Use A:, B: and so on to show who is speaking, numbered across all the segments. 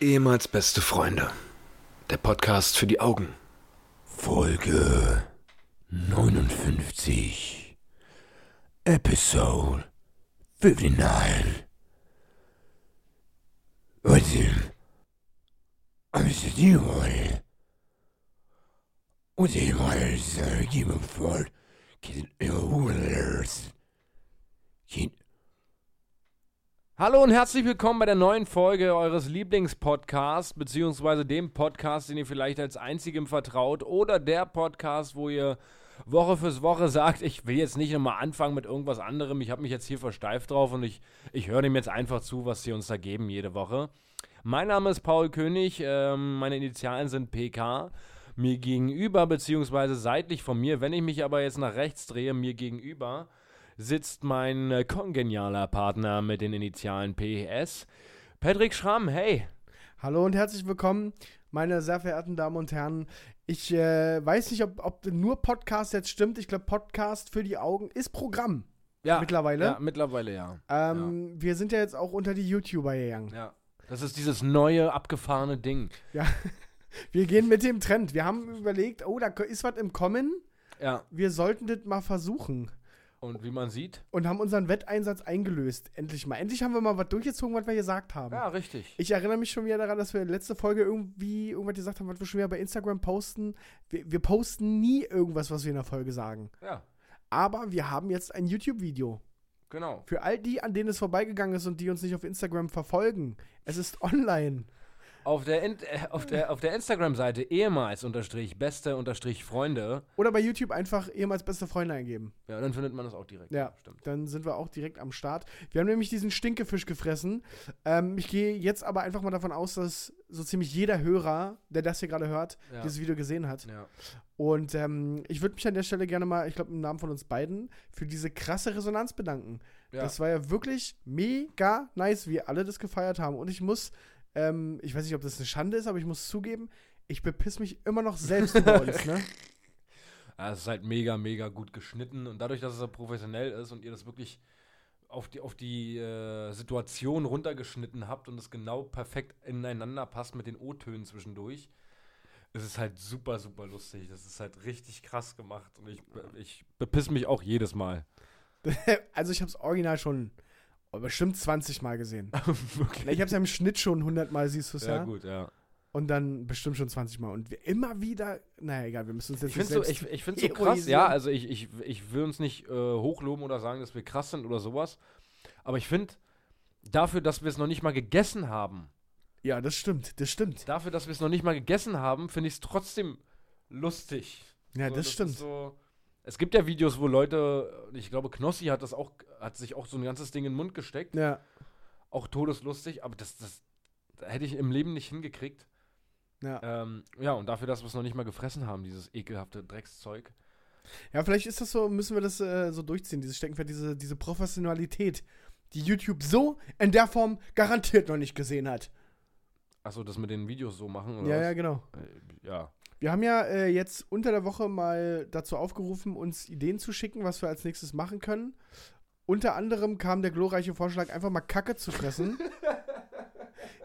A: Ehemals beste Freunde. Der Podcast für die Augen.
B: Folge 59. Episode 59. Leute, I'm Steve Und ich weiß, ich gebe äh, vor, Kind Urlers. Kind
C: Hallo und herzlich willkommen bei der neuen Folge eures Lieblingspodcasts, beziehungsweise dem Podcast, den ihr vielleicht als einzigem vertraut, oder der Podcast, wo ihr Woche fürs Woche sagt, ich will jetzt nicht nochmal anfangen mit irgendwas anderem, ich habe mich jetzt hier versteift drauf und ich, ich höre dem jetzt einfach zu, was sie uns da geben jede Woche. Mein Name ist Paul König, ähm, meine Initialen sind PK. Mir gegenüber, beziehungsweise seitlich von mir, wenn ich mich aber jetzt nach rechts drehe, mir gegenüber, sitzt mein äh, kongenialer Partner mit den Initialen PS. Patrick Schramm, hey.
D: Hallo und herzlich willkommen, meine sehr verehrten Damen und Herren. Ich äh, weiß nicht, ob, ob nur Podcast jetzt stimmt. Ich glaube, Podcast für die Augen ist Programm.
C: Ja,
D: Mittlerweile?
C: Ja, mittlerweile, ja.
D: Ähm, Wir sind ja jetzt auch unter die YouTuber gegangen.
C: ja. Das ist dieses neue, abgefahrene Ding.
D: Ja. Wir gehen mit dem Trend. Wir haben überlegt, oh, da ist was im Kommen.
C: Ja.
D: Wir sollten das mal versuchen.
C: Und wie man sieht.
D: Und haben unseren Wetteinsatz eingelöst. Endlich mal. Endlich haben wir mal was durchgezogen, was wir gesagt haben.
C: Ja, richtig.
D: Ich erinnere mich schon wieder daran, dass wir letzte Folge irgendwie irgendwas gesagt haben, was wir schon wieder bei Instagram posten. Wir, wir posten nie irgendwas, was wir in der Folge sagen.
C: Ja,
D: Aber wir haben jetzt ein YouTube-Video.
C: genau.
D: Für all die, an denen es vorbeigegangen ist und die uns nicht auf Instagram verfolgen. Es ist online.
C: Auf der, In äh, auf der, auf der Instagram-Seite ehemals unterstrich beste unterstrich Freunde.
D: Oder bei YouTube einfach ehemals beste Freunde eingeben.
C: Ja, dann findet man das auch direkt.
D: Ja,
C: stimmt.
D: Dann sind wir auch direkt am Start. Wir haben nämlich diesen Stinkefisch gefressen. Ähm, ich gehe jetzt aber einfach mal davon aus, dass so ziemlich jeder Hörer, der das hier gerade hört,
C: Ja.
D: dieses Video gesehen hat.
C: Ja.
D: Und ähm, ich würde mich an der Stelle gerne mal, ich glaube, im Namen von uns beiden, für diese krasse Resonanz bedanken.
C: Ja.
D: Das war ja wirklich mega nice, wie alle das gefeiert haben. Und ich muss, ähm, ich weiß nicht, ob das eine Schande ist, aber ich muss zugeben, ich bepiss mich immer noch selbst über uns, ne?
C: Ja, es ist halt mega, mega gut geschnitten und dadurch, dass es so professionell ist und ihr das wirklich auf die, auf die äh, Situation runtergeschnitten habt und es genau perfekt ineinander passt mit den O-Tönen zwischendurch, es ist halt super, super lustig. Das ist halt richtig krass gemacht und ich, ich bepiss mich auch jedes Mal.
D: Also ich habe es original schon oh, bestimmt 20 Mal gesehen.
C: Wirklich?
D: Na, Ich habe es ja im Schnitt schon 100 Mal, siehst du es ja.
C: Ja, gut, ja.
D: Und dann bestimmt schon 20 Mal. Und wir immer wieder, naja, egal, wir müssen uns jetzt
C: Ich finde
D: nicht
C: so,
D: selbst-
C: ich, ich find's so krass,
D: heroisieren.
C: ja, also ich, ich, ich will uns nicht äh, hochloben oder sagen, dass wir krass sind oder sowas, aber ich finde, dafür, dass wir es noch nicht mal gegessen haben,
D: Ja, das stimmt, das stimmt.
C: dafür, dass wir es noch nicht mal gegessen haben, finde ich es trotzdem lustig.
D: Ja,
C: So,
D: das
C: ist
D: stimmt.
C: So, es gibt ja Videos, wo Leute, ich glaube, Knossi hat das auch, hat sich auch so ein ganzes Ding in den Mund gesteckt,
D: Ja.
C: auch todeslustig, aber das, das hätte ich im Leben nicht hingekriegt.
D: Ja.
C: Ähm, ja, und dafür, dass wir es noch nicht mal gefressen haben, dieses ekelhafte Dreckszeug.
D: Ja, vielleicht ist das so, müssen wir das äh, so durchziehen, dieses Steckenpferd, diese, diese Professionalität, die YouTube so in der Form garantiert noch nicht gesehen hat.
C: Achso, das mit den Videos so machen oder
D: Ja,
C: was?
D: ja, genau.
C: Äh, ja.
D: Wir haben ja äh, jetzt unter der Woche mal dazu aufgerufen, uns Ideen zu schicken, was wir als nächstes machen können. Unter anderem kam der glorreiche Vorschlag, einfach mal Kacke zu fressen.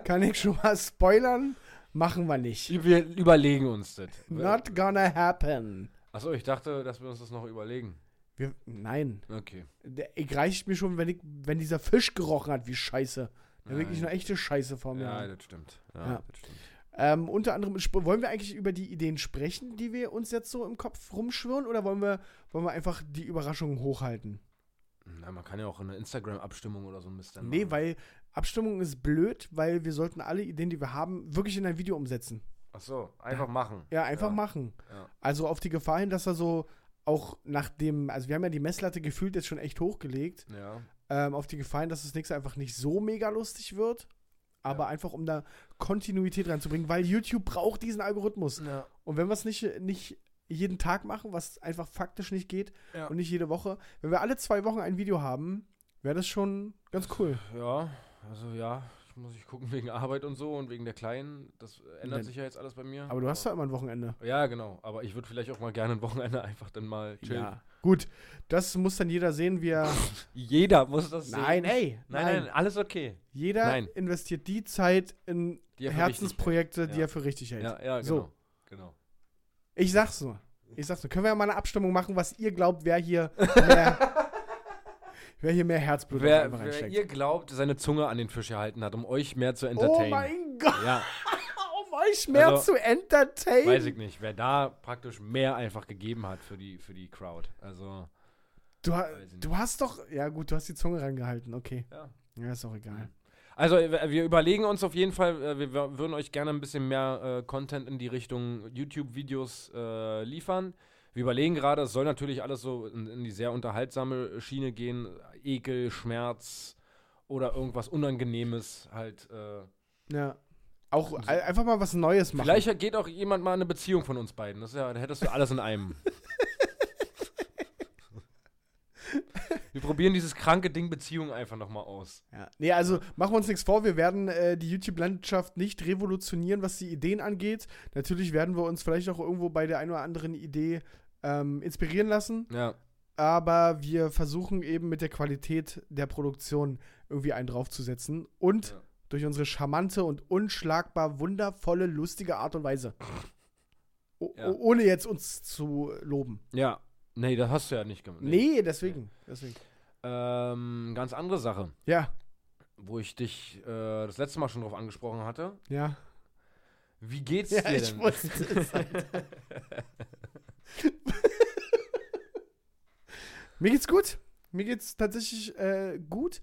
D: Kann ich schon mal spoilern? Machen wir nicht.
C: Wir überlegen uns das.
D: Not gonna happen.
C: Achso, ich dachte, dass wir uns das noch überlegen.
D: Wir, nein.
C: Okay.
D: Der, ich reicht mir schon, wenn, ich, wenn dieser Fisch gerochen hat, wie scheiße. Dann wirklich
C: Nein.
D: eine echte Scheiße vor mir.
C: Ja,
D: haben.
C: das stimmt. Ja,
D: Ja.
C: Das stimmt.
D: Ähm, unter anderem, sp- wollen wir eigentlich über die Ideen sprechen, die wir uns jetzt so im Kopf rumschwirren, oder wollen wir, wollen wir einfach die Überraschungen hochhalten?
C: Na, man kann ja auch eine Instagram-Abstimmung oder so ein Mist dann
D: nee,
C: machen.
D: weil Abstimmung ist blöd, weil wir sollten alle Ideen, die wir haben, wirklich in ein Video umsetzen.
C: Achso, einfach machen.
D: Ja, einfach
C: Ja.
D: machen.
C: Ja.
D: Also auf die Gefahr hin, dass er so auch nach dem, also wir haben ja die Messlatte gefühlt jetzt schon echt hochgelegt,
C: Ja.
D: ähm, auf die Gefahr hin, dass das nächste einfach nicht so mega lustig wird, aber einfach um da Kontinuität reinzubringen, weil YouTube braucht diesen Algorithmus.
C: ja.
D: Und wenn wir es nicht, nicht jeden Tag machen, was einfach faktisch nicht geht
C: Ja.
D: und nicht jede Woche, wenn wir alle zwei Wochen ein Video haben, wäre das schon ganz cool.
C: Ja, also ja, ich muss ich gucken wegen Arbeit und so und wegen der Kleinen. Das ändert
D: Nein.
C: sich ja jetzt alles bei mir.
D: Aber du hast ja immer ein Wochenende.
C: Ja, genau. Aber ich würde vielleicht auch mal gerne ein Wochenende einfach dann mal chillen.
D: Gut, das muss dann jeder sehen, wie er.
C: Jeder muss das
D: nein, ey.
C: Nein, nein, alles okay.
D: Jeder
C: Nein.
D: investiert die Zeit in
A: Die er für richtig hält.
D: Herzensprojekte, die
A: Ja.
D: er für richtig hält.
A: Ja, ja, genau.
D: So.
A: genau.
D: Ich sag's nur. Ich sag's nur. Können wir ja mal eine Abstimmung machen, was ihr glaubt, wer hier mehr, wer hier mehr Herzblut auf
A: Wer,
D: einmal
A: wer
D: reinsteckt.
A: ihr glaubt, seine Zunge an den Fisch gehalten hat, um euch mehr zu
D: oh
A: entertainen.
D: mein Gott,
A: Ja,
D: um euch mehr
A: Also,
D: zu entertainen.
A: weiß ich nicht. Wer da praktisch mehr einfach gegeben hat für die, für die Crowd. Also,
D: Du, ha-
A: Weiß ich nicht.
D: du hast doch. Ja, gut, du hast die Zunge rangehalten, okay.
A: Ja.
D: Ja, ist auch egal.
A: also äh, wir überlegen uns auf jeden Fall, äh, wir wir würden euch gerne ein bisschen mehr äh, Content in die Richtung YouTube-Videos äh, liefern. Wir überlegen gerade, es soll natürlich alles so in, in die sehr unterhaltsame Schiene gehen. Ekel, Schmerz oder irgendwas Unangenehmes halt. Äh,
D: Ja. Auch ein- einfach mal was Neues machen.
A: Also, Vielleicht geht auch jemand mal in eine Beziehung von uns beiden. Das ist ja, dann hättest du alles in einem. Wir probieren dieses kranke Ding Beziehung einfach nochmal aus.
D: Ja. Nee, also machen wir uns nichts vor, wir werden äh, die YouTube-Landschaft nicht revolutionieren, was die Ideen angeht. Natürlich werden wir uns vielleicht auch irgendwo bei der einen oder anderen Idee ähm, inspirieren lassen,
A: Ja.
D: aber wir versuchen eben mit der Qualität der Produktion irgendwie einen draufzusetzen und
A: Ja.
D: durch unsere charmante und unschlagbar wundervolle, lustige Art und Weise. O
A: Ja.
D: o- Ohne jetzt uns zu loben.
A: Ja. Nee, das hast du ja nicht gemacht.
D: Nee, deswegen. deswegen.
A: Ähm, ganz andere Sache,
D: Ja,
A: wo ich dich äh, das letzte Mal schon drauf angesprochen hatte.
D: ja.
A: Wie geht's
D: Ja,
A: dir
D: ich
A: denn?
D: wusste es,
A: halt.
D: Mir geht's gut. Mir geht's tatsächlich äh, gut.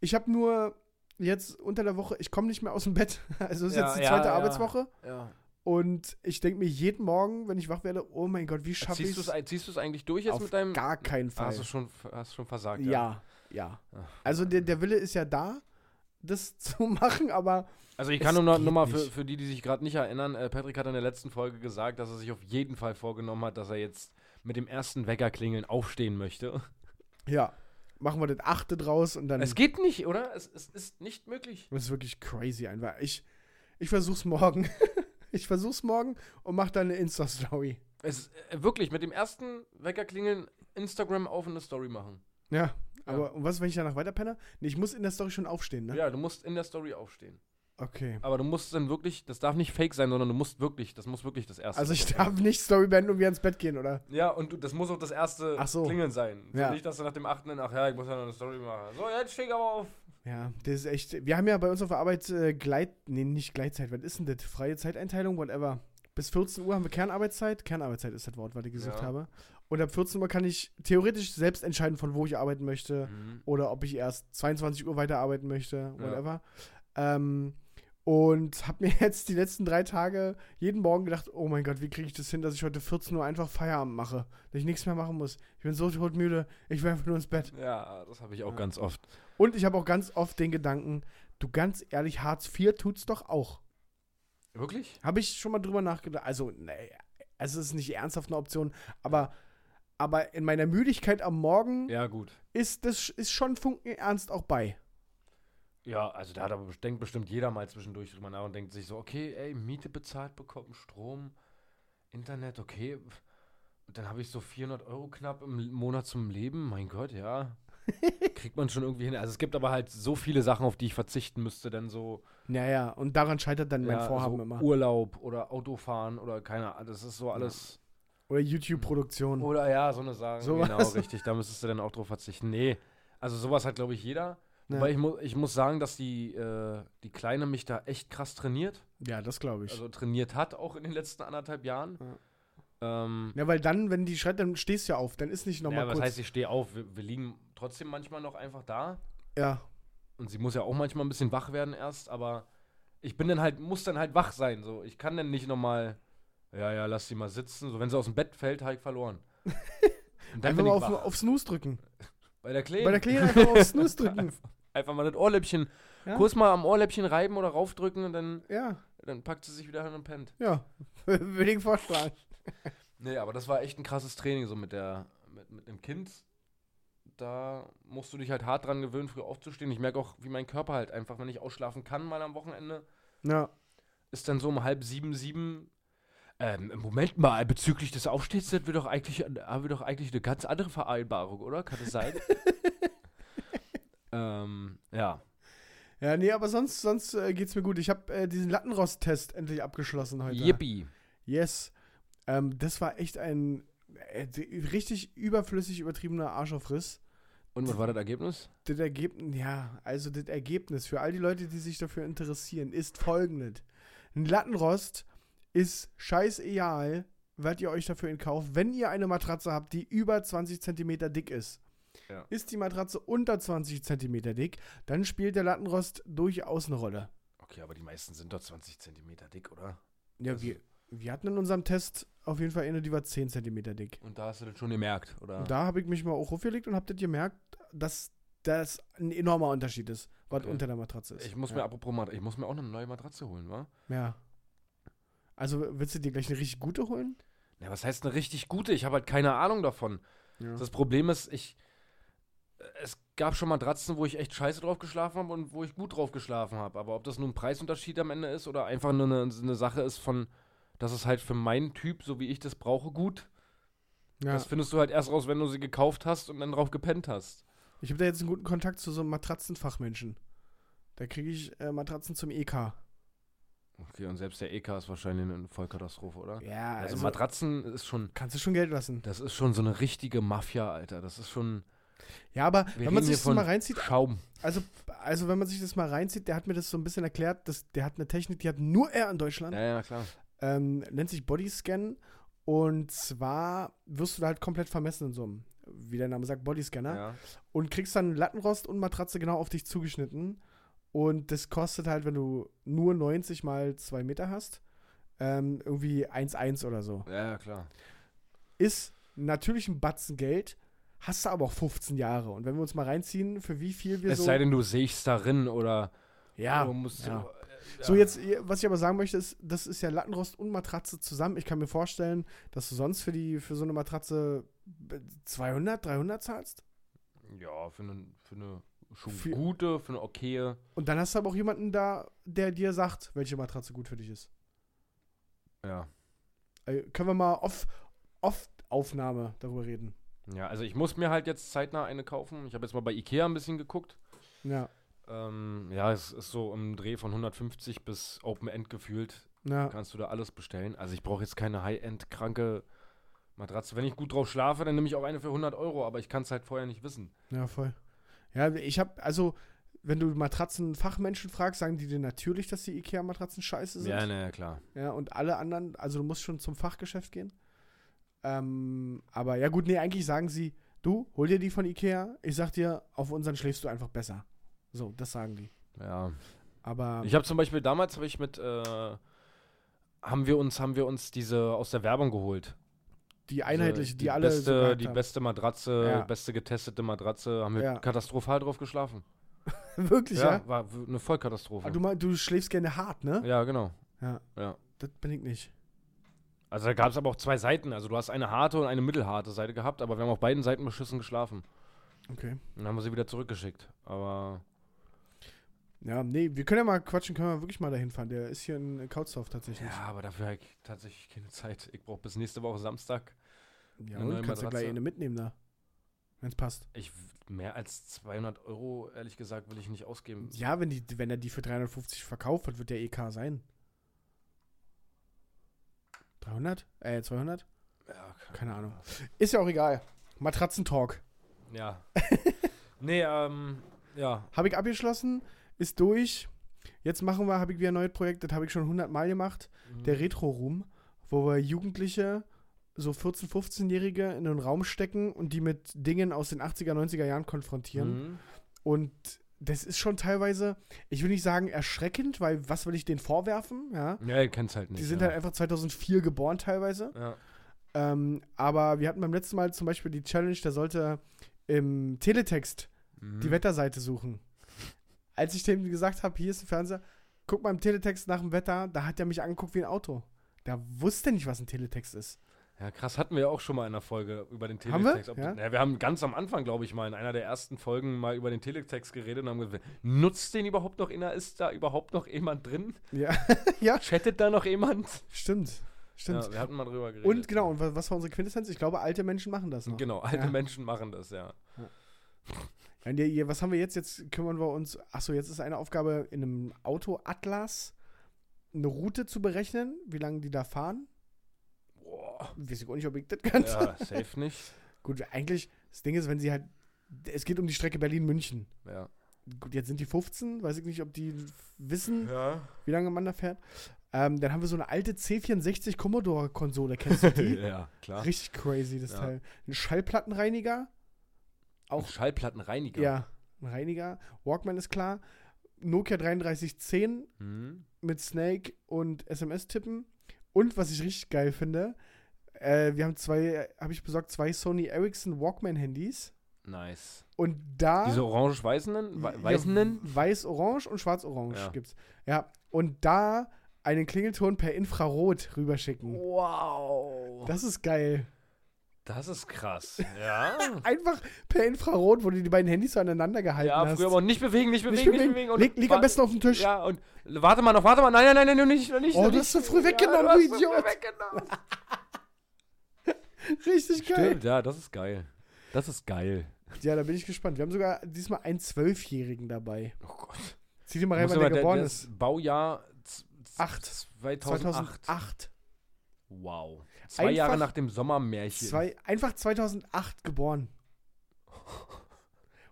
D: Ich habe nur jetzt unter der Woche, ich komme nicht mehr aus dem Bett. Also es ist
A: Ja,
D: jetzt die
A: ja,
D: zweite
A: ja.
D: Arbeitswoche.
A: ja.
D: Und ich denke mir jeden Morgen, wenn ich wach werde, oh mein Gott, wie schaffe
A: Ziehst
D: ich
A: du es
D: es?
A: ziehst du's eigentlich durch jetzt
D: Auf
A: mit deinem.
D: Gar keinen
A: Ah,
D: Fall.
A: hast du schon, hast schon versagt.
D: ja, ja.
A: Ach.
D: Also der, der Wille ist ja da, das zu machen, aber
A: Also ich kann
D: Es
A: nur noch,
D: geht
A: nur mal für,
D: nicht.
A: für die, die sich gerade nicht erinnern, äh, Patrick hat in der letzten Folge gesagt, dass er sich auf jeden Fall vorgenommen hat, dass er jetzt mit dem ersten Weckerklingeln aufstehen möchte.
D: ja, machen wir das achte draus und dann
A: Es geht nicht, oder? Es, es ist nicht möglich.
D: Das ist wirklich crazy einfach. Ich, ich versuch's morgen. ich versuch's morgen und mach dann eine Insta-Story.
A: Es äh, wirklich mit dem ersten Weckerklingeln Instagram auf und eine Story machen.
D: Ja. Aber und was, wenn ich danach weiterpenne? Nee, ich muss in der Story schon aufstehen, ne?
A: Ja, du musst in der Story aufstehen.
D: Okay.
A: Aber du musst dann wirklich, das darf nicht fake sein, sondern du musst wirklich, das muss wirklich das erste.
D: Also ich darf nicht Story beenden und wieder ins Bett gehen, oder?
A: ja, und du, das muss auch das erste
D: Ach so.
A: Klingeln sein.
D: Ja.
A: Nicht, dass du nach dem achten dann, ach ja, ich muss ja noch eine Story machen. So, jetzt steh ich aber auf.
D: Ja, das ist echt. Wir haben ja bei uns auf der Arbeit äh, Gleit. Nee, nicht Gleitzeit. Was ist denn das? Freie Zeiteinteilung, whatever. Bis 14 Uhr haben wir Kernarbeitszeit. Kernarbeitszeit ist das Wort, was ich gesucht
A: Ja.
D: habe. Und ab 14 Uhr kann ich theoretisch selbst entscheiden, von wo ich arbeiten möchte.
A: Mhm.
D: oder ob ich erst 22 Uhr weiterarbeiten möchte,
A: Ja.
D: whatever. Ähm, und habe mir jetzt die letzten drei Tage jeden Morgen gedacht, oh mein Gott, wie kriege ich das hin, dass ich heute 14 Uhr einfach Feierabend mache, dass ich nichts mehr machen muss. Ich bin so todmüde, ich will einfach nur ins Bett.
A: Ja, das habe ich auch
D: Ja.
A: ganz oft.
D: Und ich habe auch ganz oft den Gedanken, du ganz ehrlich, Hartz IV tut's doch auch.
A: Wirklich?
D: Habe ich schon mal drüber nachgedacht. Also, nee, also es ist nicht ernsthaft eine Option, aber, aber in meiner Müdigkeit am Morgen
A: Ja, gut.
D: ist das ist schon Funken Ernst auch bei.
A: Ja, also da hat aber, denkt bestimmt jeder mal zwischendurch drüber nach und denkt sich so, okay, ey, Miete bezahlt bekommen, Strom, Internet, okay. pf. Und dann habe ich so 400 Euro knapp im Monat zum Leben. Mein Gott, ja. Kriegt man schon irgendwie hin. Also es gibt aber halt so viele Sachen, auf die ich verzichten müsste, denn so,
D: Naja, und daran scheitert dann mein
A: ja, also
D: Vorhaben
A: so
D: immer.
A: Urlaub oder Autofahren oder keine Ahnung, das ist so alles.
D: Oder YouTube-Produktion.
A: Oder ja, so eine Sache.
D: Sowas.
A: Genau, richtig. Da müsstest du dann auch drauf verzichten. Nee, also sowas hat, glaube ich, jeder.
D: Ja.
A: Weil ich, mu ich muss sagen, dass die, äh, die Kleine mich da echt krass trainiert.
D: Ja, das glaube ich.
A: Also trainiert hat auch in den letzten anderthalb Jahren. Ähm,
D: ja, weil dann, wenn die schreit, dann stehst du ja auf. Dann ist nicht
A: ja,
D: nochmal
A: was
D: kurz.
A: heißt, ich stehe auf. Wir, wir liegen trotzdem manchmal noch einfach da.
D: ja.
A: Und sie muss ja auch manchmal ein bisschen wach werden erst, aber ich bin dann halt, muss dann halt wach sein. So, ich kann dann nicht nochmal, ja, ja, lass sie mal sitzen. So, wenn sie aus dem Bett fällt, habe ich verloren. Und dann bin
D: Einfach mal
A: ich
D: auf,
A: wach.
D: auf Snooze drücken.
A: Bei der Kleinen.
D: Bei der Kleinen einfach mal auf Snooze drücken.
A: Einfach mal das Ohrläppchen,
D: Ja.
A: kurz mal am Ohrläppchen reiben oder raufdrücken und dann,
D: Ja,
A: dann packt sie sich wieder hin und pennt.
D: ja. Würde ich vorschlagen.
A: Nee, aber das war echt ein krasses Training so mit der, mit, mit dem Kind. Da musst du dich halt hart dran gewöhnen, früh aufzustehen. Ich merke auch, wie mein Körper halt einfach, wenn ich ausschlafen kann mal am Wochenende,
D: Ja.
A: ist dann so um halb sieben, sieben. Ähm, Moment mal, bezüglich des Aufstehens sind wir doch eigentlich, haben wir doch eigentlich eine ganz andere Vereinbarung, oder? Kann das sein? ähm, ja.
D: Ja, nee, aber sonst, sonst äh, geht's mir gut. Ich habe äh, diesen Lattenrost-Test endlich abgeschlossen heute.
A: Yippie.
D: Yes. Ähm, das war echt ein äh, d- richtig überflüssig übertriebener Arschaufriss.
A: Und was war das Ergebnis?
D: Das Ergebnis, ja, also das Ergebnis für all die Leute, die sich dafür interessieren, ist folgendes. Ein Lattenrost ist scheißegal, was ihr euch dafür in Kauf, wenn ihr eine Matratze habt, die über 20 cm dick ist.
A: Ja.
D: Ist die Matratze unter 20 cm dick, dann spielt der Lattenrost durchaus eine Rolle.
A: Okay, aber die meisten sind doch 20 Zentimeter dick, oder?
D: Ja,
A: Also-
D: wir, wir hatten in unserem Test auf jeden Fall eine, die war 10 cm dick.
A: Und da hast du das schon gemerkt, oder?
D: Und Da habe ich mich mal auch hochgelegt und habe das gemerkt, dass das ein enormer Unterschied ist, was
A: Okay.
D: unter der Matratze ist.
A: ich muss
D: ja.
A: mir apropos Mat- ich muss mir auch eine neue Matratze holen, wa?
D: Ja. Also willst du dir gleich eine richtig gute holen?
A: Na, was heißt eine richtig gute? Ich habe halt keine Ahnung davon.
D: Ja.
A: Das Problem ist, ich äh, es gab schon Matratzen, wo ich echt scheiße drauf geschlafen habe und wo ich gut drauf geschlafen habe. Aber ob das nun ein Preisunterschied am Ende ist oder einfach nur eine, eine Sache ist von, dass es halt für meinen Typ, so wie ich das brauche, gut.
D: ja.
A: Das findest du halt erst raus, wenn du sie gekauft hast und dann drauf gepennt hast.
D: Ich habe da jetzt einen guten Kontakt zu so einem Matratzenfachmenschen. Da kriege ich äh, Matratzen zum EK.
A: Okay, und selbst der EK ist wahrscheinlich eine Vollkatastrophe, oder?
D: Ja,
A: also Matratzen ist schon,
D: kannst du schon Geld lassen.
A: das ist schon so eine richtige Mafia, Alter. Das ist schon
D: Ja, aber
A: Wir
D: wenn man
A: reden
D: sich
A: hier
D: das
A: von
D: mal reinzieht,
A: Schaum.
D: also, also wenn man sich das mal reinzieht, der hat mir das so ein bisschen erklärt, dass der hat eine Technik, die hat nur er in Deutschland.
A: Ja, ja, klar.
D: ähm, nennt sich Bodyscan. Und zwar wirst du da halt komplett vermessen in so einem, wie der Name sagt, Bodyscanner.
A: Ja.
D: Und kriegst dann Lattenrost und Matratze genau auf dich zugeschnitten. Und das kostet halt, wenn du nur 90 mal 2 Meter hast, ähm, irgendwie 1,1 oder so.
A: ja, ja, klar.
D: Ist natürlich ein Batzen Geld, hast du aber auch 15 Jahre. Und wenn wir uns mal reinziehen, für wie viel wir
A: Es
D: so...
A: sei denn, du siehst darin oder
D: ja,
A: du musst
D: ja.
A: äh,
D: So, jetzt, was ich aber sagen möchte, ist, das ist ja Lattenrost und Matratze zusammen. Ich kann mir vorstellen, dass du sonst für, die, für so eine Matratze 200, 300 zahlst.
A: Ja, für eine, für eine schon
D: Für-
A: gute, für eine okaye.
D: Und dann hast du aber auch jemanden da, der dir sagt, welche Matratze gut für dich ist.
A: Ja.
D: Äh, können wir mal off, off Aufnahme darüber reden.
A: Ja, also ich muss mir halt jetzt zeitnah eine kaufen. Ich habe jetzt mal bei Ikea ein bisschen geguckt.
D: Ja,
A: Ähm, ja, es ist so im Dreh von 150 bis Open End gefühlt.
D: ja.
A: Kannst du da alles bestellen. Also ich brauche jetzt keine High-End kranke Matratze. Wenn ich gut drauf schlafe, dann nehme ich auch eine für 100 Euro, aber ich kann es halt vorher nicht wissen.
D: Ja, voll. Ja, ich habe also, wenn du Matratzenfachmenschen fragst, sagen die dir natürlich, dass die Ikea-Matratzen scheiße sind.
A: Ja, ne. naja, klar.
D: Ja, und alle anderen, also du musst schon zum Fachgeschäft gehen. Ähm, aber ja gut, nee, eigentlich sagen sie, du, hol dir die von Ikea, ich sag dir, auf unseren schläfst du einfach besser. So, das sagen die.
A: Ja.
D: Aber
A: Ich habe zum Beispiel damals habe ich mit äh, haben wir uns haben wir uns diese aus der Werbung geholt.
D: die einheitliche,
A: Diese-
D: die, alle so
A: beste,
D: gehabt
A: also die
D: haben.
A: beste Matratze,
D: Ja.
A: beste getestete Matratze, haben wir
D: Ja.
A: katastrophal drauf geschlafen.
D: Wirklich, ja?
A: Ja, war w- eine Vollkatastrophe.
D: Ah, Du, mein- du schläfst gerne hart, ne?
A: ja, genau.
D: Ja.
A: Ja.
D: Das bin ich nicht.
A: Also da gab es aber auch zwei Seiten. Also du hast eine harte und eine mittelharte Seite gehabt, aber wir haben auf beiden Seiten beschissen geschlafen.
D: Okay.
A: Dann haben wir sie wieder zurückgeschickt. Aber
D: Ja, nee, wir können ja mal quatschen, können wir wirklich mal dahin fahren. Der ist hier in Kautsdorf tatsächlich.
A: ja, aber dafür habe ich tatsächlich keine Zeit. Ich brauche bis nächste Woche Samstag.
D: Ja,
A: Eine
D: und
A: neue
D: kannst du gleich
A: Matratze.
D: eine mitnehmen da. Wenn's passt.
A: Ich w- mehr als 200 Euro ehrlich gesagt will ich nicht ausgeben.
D: Ja, wenn, die, wenn er die für 350 verkauft wird, wird der EK sein. 300? Äh, 200?
A: Ja,
D: Keine Ahnung. Ist ja auch egal. Matratzentalk.
A: Ja. nee, ähm, ja.
D: Habe ich abgeschlossen, ist durch. Jetzt machen wir, habe ich wieder ein neues Projekt, das habe ich schon 100 Mal gemacht.
A: Mhm.
D: Der Retro-Room, wo wir Jugendliche, so 14-, 15-Jährige in einen Raum stecken und die mit Dingen aus den 80er, 90er Jahren konfrontieren.
A: Mhm.
D: Und das ist schon teilweise, ich will nicht sagen erschreckend, weil was will ich denen vorwerfen? Ja.
A: Ja, ihr kennt's halt nicht.
D: Die sind
A: ja.
D: halt einfach 2004 geboren teilweise.
A: Ja.
D: Ähm, aber wir hatten beim letzten Mal zum Beispiel die Challenge, da sollte im Teletext
A: Mhm.
D: die Wetterseite suchen. Als ich dem gesagt habe, hier ist ein Fernseher, guck mal im Teletext nach dem Wetter, da hat er mich angeguckt wie ein Auto. Der wusste nicht, was ein Teletext ist.
A: ja, krass, hatten wir ja auch schon mal in einer Folge über den
D: Haben wir?
A: Teletext. Ob-
D: Ja.
A: Na, wir haben ganz am Anfang, glaube ich, mal in einer der ersten Folgen mal über den Teletext geredet und haben gesagt, nutzt den überhaupt noch einer? Ist da überhaupt noch jemand drin?
D: Ja,
A: Chattet da noch jemand?
D: stimmt. Stimmt.
A: Ja, äh, wir hatten mal drüber geredet.
D: und genau, und wa- was war unsere Quintessenz? Ich glaube, alte Menschen machen das noch.
A: Genau, alte
D: Ja.
A: Menschen machen das, ja.
D: Nein, die- die- Was haben wir jetzt? Jetzt kümmern wir uns. Achso, jetzt ist eine Aufgabe in einem Autoatlas eine Route zu berechnen, wie lange die da fahren.
A: Boah.
D: Weiß ich auch nicht, ob ich das kann.
A: Ja, safe nicht.
D: Gut, eigentlich, das Ding ist, wenn sie halt. Es geht um die Strecke Berlin-München.
A: Ja.
D: Gut, jetzt sind die 15, weiß ich nicht, ob die wissen,
A: Ja.
D: wie lange man da fährt. Ähm, dann haben wir so eine alte C64 Commodore-Konsole, kennst du die?
A: ja, klar.
D: Richtig crazy, das
A: Ja.
D: Teil. Ein Schallplattenreiniger.
A: Auch Schallplattenreiniger.
D: Ja. ein Reiniger. Walkman ist klar. Nokia 3310
A: Mhm.
D: mit Snake und SMS-Tippen. Und was ich richtig geil finde, äh, wir haben zwei, habe ich besorgt, zwei Sony Ericsson Walkman-Handys.
A: Nice.
D: Und da.
A: Diese orange-weißenden?
D: Ja,
A: We weißenden?
D: Weiß-orange und schwarz-orange
A: Ja.
D: gibt's. Ja. Und da einen Klingelton per Infrarot rüberschicken.
A: Oh. Wow.
D: Das ist geil.
A: Das ist krass. Ja.
D: Einfach per Infrarot, wo du die beiden Handys so aneinander gehalten
A: ja,
D: hast.
A: früher aber nicht bewegen, nicht bewegen,
D: nicht
A: nicht
D: bewegen.
A: bewegen.
D: Leg, leg am besten auf den Tisch.
A: Ja, und warte mal noch, warte mal. Nein, nein, nein, nein, nicht, nicht.
D: Oh,
A: noch
D: du
A: nicht.
D: hast so früh weggenommen,
A: du
D: du
A: hast so früh
D: Idiot.
A: weggenommen.
D: Richtig geil.
A: Stimmt, ja, das ist geil. Das ist geil.
D: Ja, da bin ich gespannt. Wir haben sogar diesmal einen Zwölfjährigen dabei.
A: Oh Gott.
D: Zieh dir mal rein,
A: Muss
D: wann
A: aber
D: der
A: der,
D: geboren
A: der
D: ist.
A: ist Baujahr z- z-
D: Acht.
A: 2008.
D: 2008.
A: Wow. Zwei
D: Einfach-
A: Jahre nach dem Sommermärchen.
D: Zwei, einfach 2008 geboren.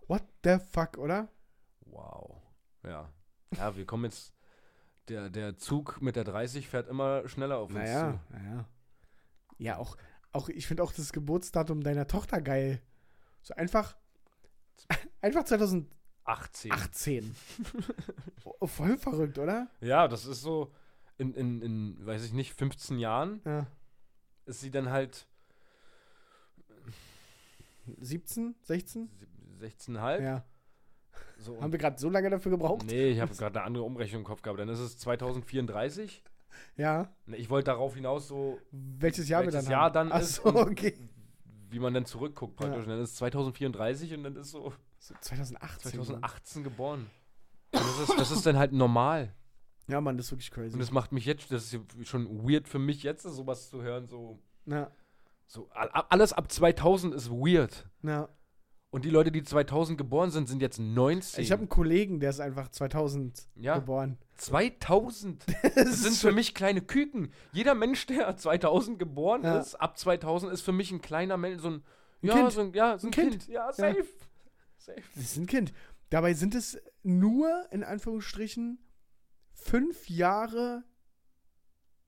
D: What the fuck, oder?
A: Wow. Ja. Ja, wir kommen jetzt. Der, der Zug mit der 30 fährt immer schneller auf uns
D: Naja, naja. Ja, auch, auch ich finde auch das Geburtsdatum deiner Tochter geil. So einfach, einfach
A: zu. 18.
D: 2018. Oh, Voll verrückt, oder?
A: Ja, das ist so. In, in, in, weiß ich nicht, 15 Jahren
D: Ja.
A: ist sie dann halt
D: 17, 16?
A: 16,5.
D: Ja.
A: So
D: Haben wir gerade so lange dafür gebraucht?
A: nee, ich habe gerade eine andere Umrechnung im Kopf gehabt. Dann ist es 2034.
D: Ja.
A: Ne, Ich wollte darauf hinaus so,
D: Welches Jahr
A: Welches
D: wir dann
A: Jahr
D: haben?
A: dann
D: Ach
A: ist
D: so,
A: und-
D: okay.
A: wie man dann zurückguckt praktisch.
D: Ja.
A: Und dann ist es 2034 und dann ist so
D: So 2018.
A: 2018 geboren. Und das ist, das ist dann halt normal.
D: Ja, Mann, das ist wirklich
A: Und
D: crazy.
A: das macht mich jetzt, das ist schon weird für mich jetzt, sowas zu hören. So,
D: Na,
A: so a- a- alles ab 2000 ist weird.
D: na.
A: Und die Leute, die 2000 geboren sind, sind jetzt 19.
D: Ich habe einen Kollegen, der ist einfach 2000
A: Ja.
D: geboren.
A: 2000. Das sind für mich kleine Küken. Jeder Mensch, der 2000 geboren
D: Ja.
A: ist, ab 2000 ist für mich ein kleiner Mensch, so ein,
D: Ein
A: ja,
D: Kind.
A: so ein, ja, so ein,
D: Ein
A: kind.
D: Kind.
A: Ja, safe. Safe.
D: Das ist ein Kind. Dabei sind es nur, in Anführungsstrichen, fünf Jahre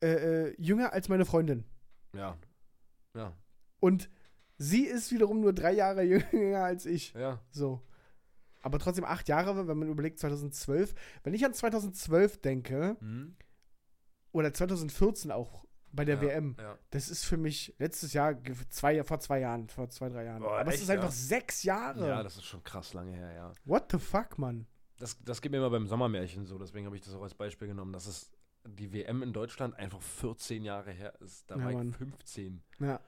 D: äh, äh, jünger als meine Freundin.
A: Ja. Ja.
D: Und sie ist wiederum nur drei Jahre jünger als ich.
A: Ja.
D: So. Aber trotzdem acht Jahre, wenn man überlegt, 2012. Wenn ich an 2012 denke, oder 2014 auch bei der
A: Mhm. ja,
D: WM,
A: Ja.
D: das ist für mich letztes Jahr, ge- zwei, vor zwei Jahren, vor zwei, drei Jahren.
A: Boah,
D: Aber es
A: echt,
D: ist einfach
A: ja?
D: sechs Jahre.
A: ja, das ist schon krass lange her, ja.
D: What the fuck, Mann?
A: Das, das geht mir immer beim Sommermärchen so, deswegen habe ich das auch als Beispiel genommen, dass es die WM in Deutschland einfach 14 Jahre her ist. Da
D: Ja,
A: war
D: Mann.
A: ich 15.
D: Ja.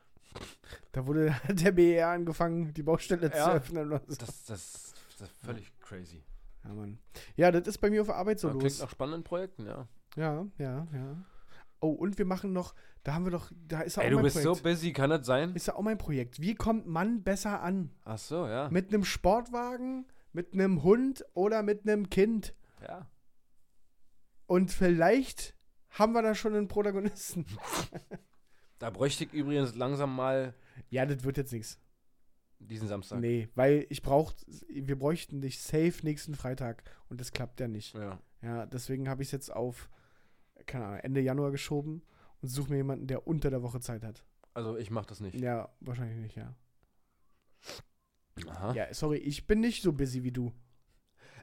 D: Da wurde hat der BER angefangen, die Baustelle zu
A: Ja.
D: öffnen. Oder so.
A: Das, das, das ist völlig crazy.
D: Ja, Mann. Ja, das ist bei mir auf der Arbeit so
A: Aber klingt
D: los.
A: nach spannenden Projekten, ja.
D: Ja, ja, ja. Oh, und wir machen noch, da haben wir doch, da ist ja
A: Ey,
D: auch
A: du
D: mein
A: bist
D: Projekt.
A: so busy, kann das sein?
D: ist ja auch mein Projekt. Wie kommt man besser an?
A: Ach so, ja.
D: Mit einem Sportwagen, mit einem Hund oder mit einem Kind?
A: Ja.
D: Und vielleicht haben wir da schon einen Protagonisten.
A: Da bräuchte ich übrigens langsam mal
D: Ja, das wird jetzt nichts.
A: diesen Samstag.
D: Nee, weil ich brauch, wir bräuchten dich safe nächsten Freitag. Und das klappt ja nicht.
A: Ja.
D: Ja, deswegen habe ich es jetzt auf, keine Ahnung, Ende Januar geschoben und suche mir jemanden, der unter der Woche Zeit hat.
A: Also ich mach das nicht.
D: Ja, wahrscheinlich nicht, ja.
C: Ah.
A: Aha.
D: Ja, sorry, ich bin nicht so busy wie du.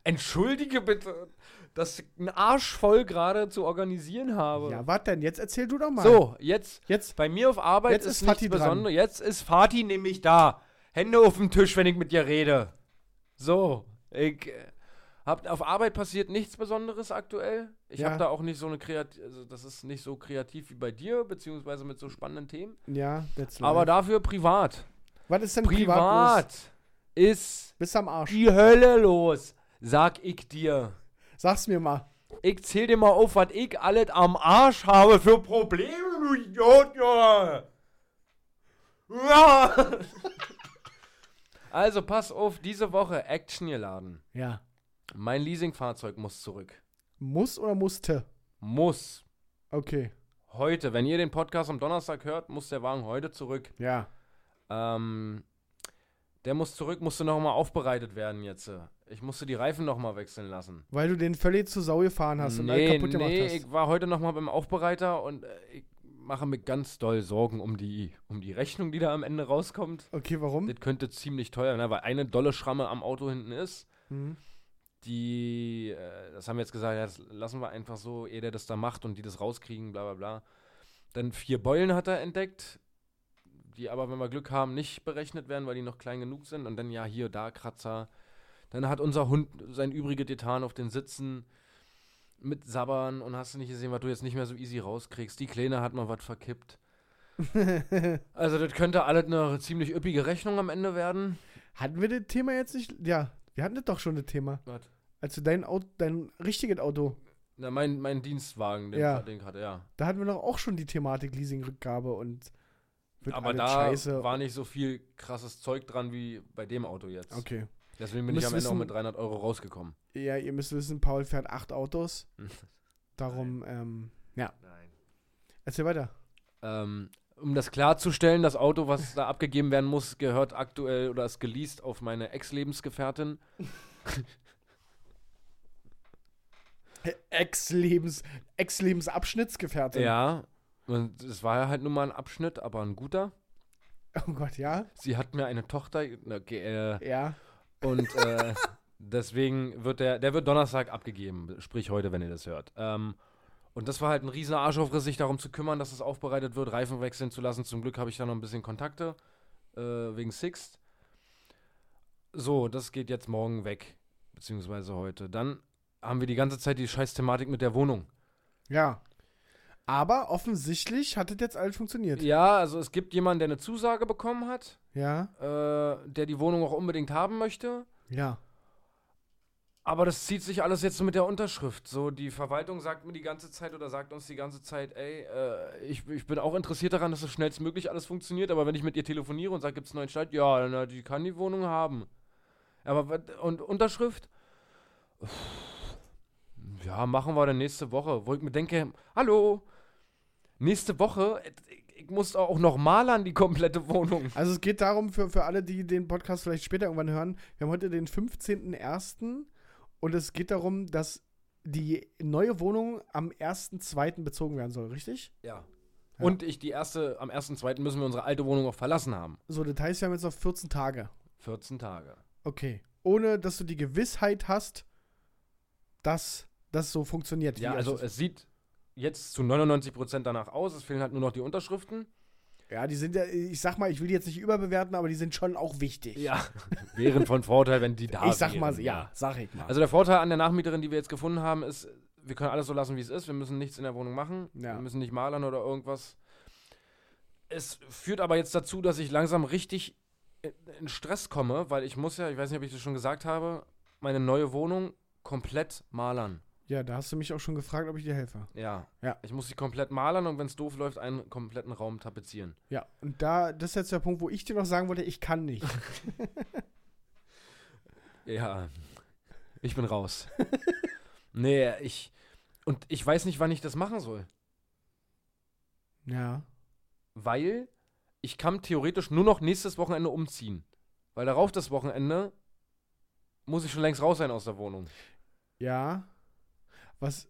A: Entschuldige bitte, dass ich einen Arsch voll gerade zu organisieren
C: Oh.
A: habe.
D: Ja, warte denn, jetzt erzähl du doch mal.
A: so, jetzt
D: Jetzt,
A: Bei mir auf Arbeit
D: Jetzt
A: ist,
D: ist
A: nichts
D: Fatih dran.
A: Besonderes. Jetzt ist Fatih nämlich da. Hände auf dem Tisch, wenn ich mit dir rede. So, ich äh, hab, auf Arbeit passiert nichts Besonderes aktuell. Ich
D: Ja.
A: habe da auch nicht so eine kreativ, also das ist nicht so kreativ wie bei dir, beziehungsweise mit so spannenden Themen.
D: ja, that's life.
A: Aber dafür privat.
D: Was ist denn privat? los?
A: Privat ist
D: Bist am Arsch.
A: die Hölle los, sag ich dir.
D: Sag's mir mal.
A: Ich zähl dir mal auf, was ich alles am Arsch habe für Probleme, du Idiot, Junge. Ja.
C: Also pass auf, diese Woche Action geladen.
D: Ja.
C: Mein Leasingfahrzeug muss zurück.
D: Muss oder musste?
C: Muss.
D: Okay.
C: Heute, wenn ihr den Podcast am Donnerstag hört, muss der Wagen heute zurück.
D: Ja.
C: Ähm, der muss zurück, musste nochmal aufbereitet werden jetzt. Ich musste die Reifen nochmal wechseln lassen.
D: Weil du den völlig zur Sau gefahren hast und alles kaputt gemacht
C: nee,
D: hast.
C: ich war heute nochmal beim Aufbereiter und äh, ich mache mir ganz doll Sorgen um die, um die Rechnung, die da am Ende rauskommt.
D: Okay, warum?
C: Das könnte ziemlich teuer, ne? weil eine dolle Schramme am Auto hinten ist.
D: Hm.
C: Die, äh, das haben wir jetzt gesagt, ja, das lassen wir einfach so, ehe der das da macht und die das rauskriegen, bla bla bla. Dann vier Beulen hat er entdeckt, die aber, wenn wir Glück haben, nicht berechnet werden, weil die noch klein genug sind. Und dann ja hier, da Kratzer. Dann hat unser Hund sein übriges getan auf den Sitzen mit Sabbern und hast du nicht gesehen, was du jetzt nicht mehr so easy rauskriegst. Die Kleine hat mal was verkippt. Also, das könnte alles eine ziemlich üppige Rechnung am Ende werden.
D: hatten wir das Thema jetzt nicht? Ja, wir hatten das doch schon das Thema.
C: Was?
D: Als du dein Auto, dein richtiges Auto,
C: Na, mein, mein Dienstwagen, den,
D: Ja.
C: den hatte, ja.
D: da hatten wir doch auch schon die Thematik Leasingrückgabe und wird
C: Aber
D: alles
C: da
D: scheiße.
C: war nicht so viel krasses Zeug dran wie bei dem Auto jetzt.
D: okay.
C: Deswegen bin
D: Ihr
C: ich am
D: müsst
C: Ende auch
D: wissen-
C: mit 300 Euro rausgekommen.
D: Ja, ihr müsst wissen, Paul fährt acht Autos. Darum, ähm,
C: Nein.
D: erzähl weiter.
C: Ähm, um das klarzustellen, das Auto, was da abgegeben werden muss, gehört aktuell oder ist geleast auf meine Ex-Lebensgefährtin.
D: Ex-Lebens, Ex-Lebensabschnittsgefährtin.
C: Ja. Und es war ja halt nur mal ein Abschnitt, aber ein guter.
D: Oh Gott, ja,
C: Sie hat mir eine Tochter. na, Okay, äh,
D: ja.
C: und äh, deswegen wird der, der wird Donnerstag abgegeben, sprich heute, wenn ihr das hört. Ähm, und das war halt ein riesen Arschaufriss, sich darum zu kümmern, dass es aufbereitet wird, Reifen wechseln zu lassen. Zum Glück habe ich da noch ein bisschen Kontakte äh, wegen Sixt. So, das geht jetzt morgen weg, beziehungsweise heute. Dann haben wir die ganze Zeit die scheiß Thematik mit der Wohnung.
D: Ja. Aber offensichtlich hat das jetzt alles funktioniert.
C: Ja, also es gibt jemanden, der eine Zusage bekommen hat,
D: Ja,
C: äh, der die Wohnung auch unbedingt haben möchte.
D: ja.
C: Aber das zieht sich alles jetzt so mit der Unterschrift. So, die Verwaltung sagt mir die ganze Zeit oder sagt uns die ganze Zeit, ey, äh, ich, ich bin auch interessiert daran, dass es schnellstmöglich alles funktioniert, aber wenn ich mit ihr telefoniere und sage, gibt's einen neuen Stadt, ja, na, die kann die Wohnung haben. Aber wat- und Unterschrift? Ja, machen wir dann nächste Woche, wo ich mir denke, hallo, nächste Woche, ich, ich muss auch noch malern die komplette Wohnung.
D: Also es geht darum, für, für alle, die den Podcast vielleicht später irgendwann hören, wir haben heute den 15.01. und es geht darum, dass die neue Wohnung am 1.2. bezogen werden soll, richtig?
C: Ja.
D: Ja.
C: Und ich die erste, am 1.2. müssen wir unsere alte Wohnung auch verlassen haben.
D: So, das heißt, wir haben jetzt noch 14 Tage.
C: 14 Tage.
D: Okay. Ohne, dass du die Gewissheit hast, dass das so funktioniert.
C: Ja,
D: Wie
C: also es sieht jetzt zu 99% danach aus. Es fehlen halt nur noch die Unterschriften.
D: ja, die sind ja, ich sag mal, ich will die jetzt nicht überbewerten, aber die sind schon auch wichtig.
C: Ja. Wären von Vorteil, wenn die da
D: ich sag
C: wären,
D: mal, ja, sag ich mal.
C: Also der Vorteil an der Nachmieterin, die wir jetzt gefunden haben, ist, wir können alles so lassen, wie es ist. Wir müssen nichts in der Wohnung machen.
D: Ja.
C: Wir müssen nicht malern oder irgendwas. Es führt aber jetzt dazu, dass ich langsam richtig in- in Stress komme, weil ich muss ja, ich weiß nicht, ob ich das schon gesagt habe, meine neue Wohnung komplett malern.
D: ja, da hast du mich auch schon gefragt, ob ich dir helfe.
C: Ja.
D: Ja.
C: Ich muss sie komplett malern und wenn es doof läuft, einen kompletten Raum tapezieren.
D: Ja, und da, das ist jetzt der Punkt, wo ich dir noch sagen wollte, ich kann nicht.
C: Ja, ich bin raus. nee, ich. Und ich weiß nicht, wann ich das machen soll.
D: ja.
C: Weil ich kann theoretisch nur noch nächstes Wochenende umziehen. Weil darauf das Wochenende muss ich schon längst raus sein aus der Wohnung.
D: Ja. Was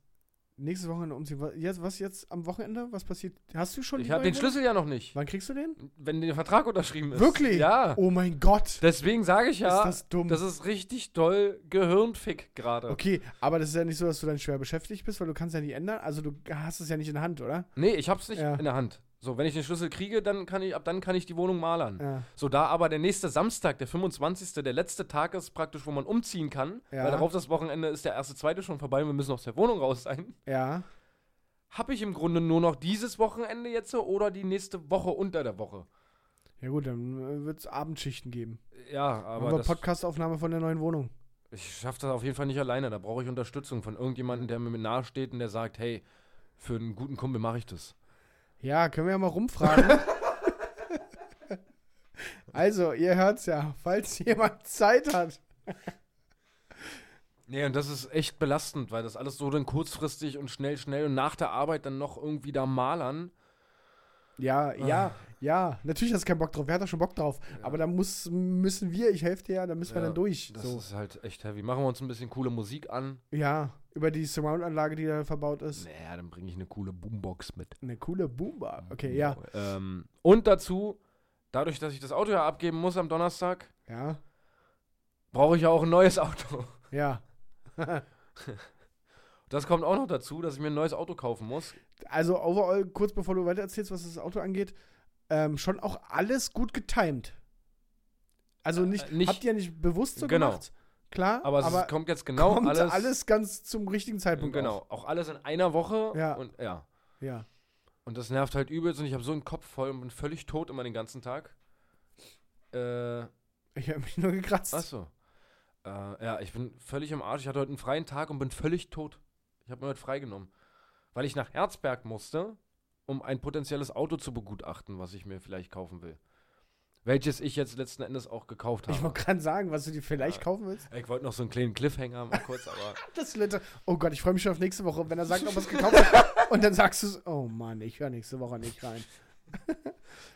D: nächstes Wochenende umziehen? Was jetzt, was jetzt am Wochenende? Was passiert? Hast du schon
C: Ich
D: die
C: habe
D: neue
C: den
D: Wohnung?
C: Schlüssel ja noch nicht.
D: Wann kriegst du den?
C: Wenn der Vertrag unterschrieben ist.
D: Wirklich?
C: Ja.
D: Oh mein Gott.
C: Deswegen sage ich ja,
D: Ist das dumm.
C: das ist richtig doll Gehirnfick gerade.
D: okay, aber das ist ja nicht so, dass du dann schwer beschäftigt bist, weil du kannst ja nicht ändern. Also du hast es ja nicht in der Hand, oder?
C: Nee, ich hab's nicht
D: Ja.
C: in der Hand. So, wenn ich den Schlüssel kriege, dann kann ich, ab dann kann ich die Wohnung malern.
D: Ja.
C: So, da aber der nächste Samstag, der 25., der letzte Tag ist praktisch, wo man umziehen kann,
D: Ja.
C: weil darauf das Wochenende ist der erste, zweite schon vorbei und wir müssen aus der Wohnung raus sein,
D: Ja.
C: habe ich im Grunde nur noch dieses Wochenende jetzt oder die nächste Woche unter der Woche.
D: Ja gut, dann wird es Abendschichten geben.
C: Ja, aber
D: Aber
C: das,
D: Podcastaufnahme von der neuen Wohnung.
C: ich schaffe das auf jeden Fall nicht alleine. Da brauche ich Unterstützung von irgendjemandem, der mir nahe steht und der sagt, hey, für einen guten Kumpel mache ich das.
D: Ja, können wir ja mal rumfragen. Also, ihr hört's ja, falls jemand Zeit hat.
A: Nee, und das ist echt belastend, weil das alles so dann kurzfristig und schnell, schnell und nach der Arbeit dann noch irgendwie da malern.
D: Ja, ja, ja. Natürlich hast du keinen Bock drauf. Wer hat da schon Bock drauf? Aber da muss, müssen wir, ich helfe dir ja, da müssen wir
A: Ja,
D: dann durch.
A: Das
D: So.
A: ist halt echt heavy. Machen wir uns ein bisschen coole Musik an.
D: Ja, über die Surround-Anlage, die da verbaut ist.
A: Naja, dann bringe ich eine coole Boombox mit.
D: Eine coole Boombar. Okay, ja.
A: Ähm, und dazu, dadurch, dass ich das Auto ja abgeben muss am Donnerstag,
D: Ja,
A: brauche ich ja auch ein neues Auto.
D: ja.
A: Das kommt auch noch dazu, dass ich mir ein neues Auto kaufen muss.
D: Also, overall, kurz bevor du weitererzählst, was das Auto angeht, ähm, schon auch alles gut getimed. Also,
A: Äh,
D: nicht,
A: nicht-
D: habt ihr nicht bewusst so
A: Genau.
D: gemacht? Klar,
A: Aber es ist- kommt jetzt genau
D: kommt
A: alles.
D: alles, ganz zum richtigen Zeitpunkt.
A: genau,
D: Auch.
A: auch. alles in einer Woche.
D: Ja.
A: Und, ja.
D: Ja.
A: und das nervt halt übelst und ich habe so einen Kopf voll und bin völlig tot immer den ganzen Tag. Äh,
D: Ich habe mich nur gekratzt.
A: achso. Äh, ja, ich bin völlig im Arsch. Ich hatte heute einen freien Tag und bin völlig tot. Ich habe mir heute freigenommen. Weil ich nach Herzberg musste, um ein potenzielles Auto zu begutachten, was ich mir vielleicht kaufen will. Welches ich jetzt letzten Endes auch gekauft habe.
D: Ich wollte gerade sagen, was du dir vielleicht
A: Ja.
D: kaufen willst.
A: Ich wollte noch so einen kleinen Cliffhanger mal kurz, aber
D: Das Leute. Oh Gott, ich freue mich schon auf nächste Woche, wenn er sagt, ob er es gekauft hat. Und dann sagst du es, oh Mann, ich höre nächste Woche nicht rein.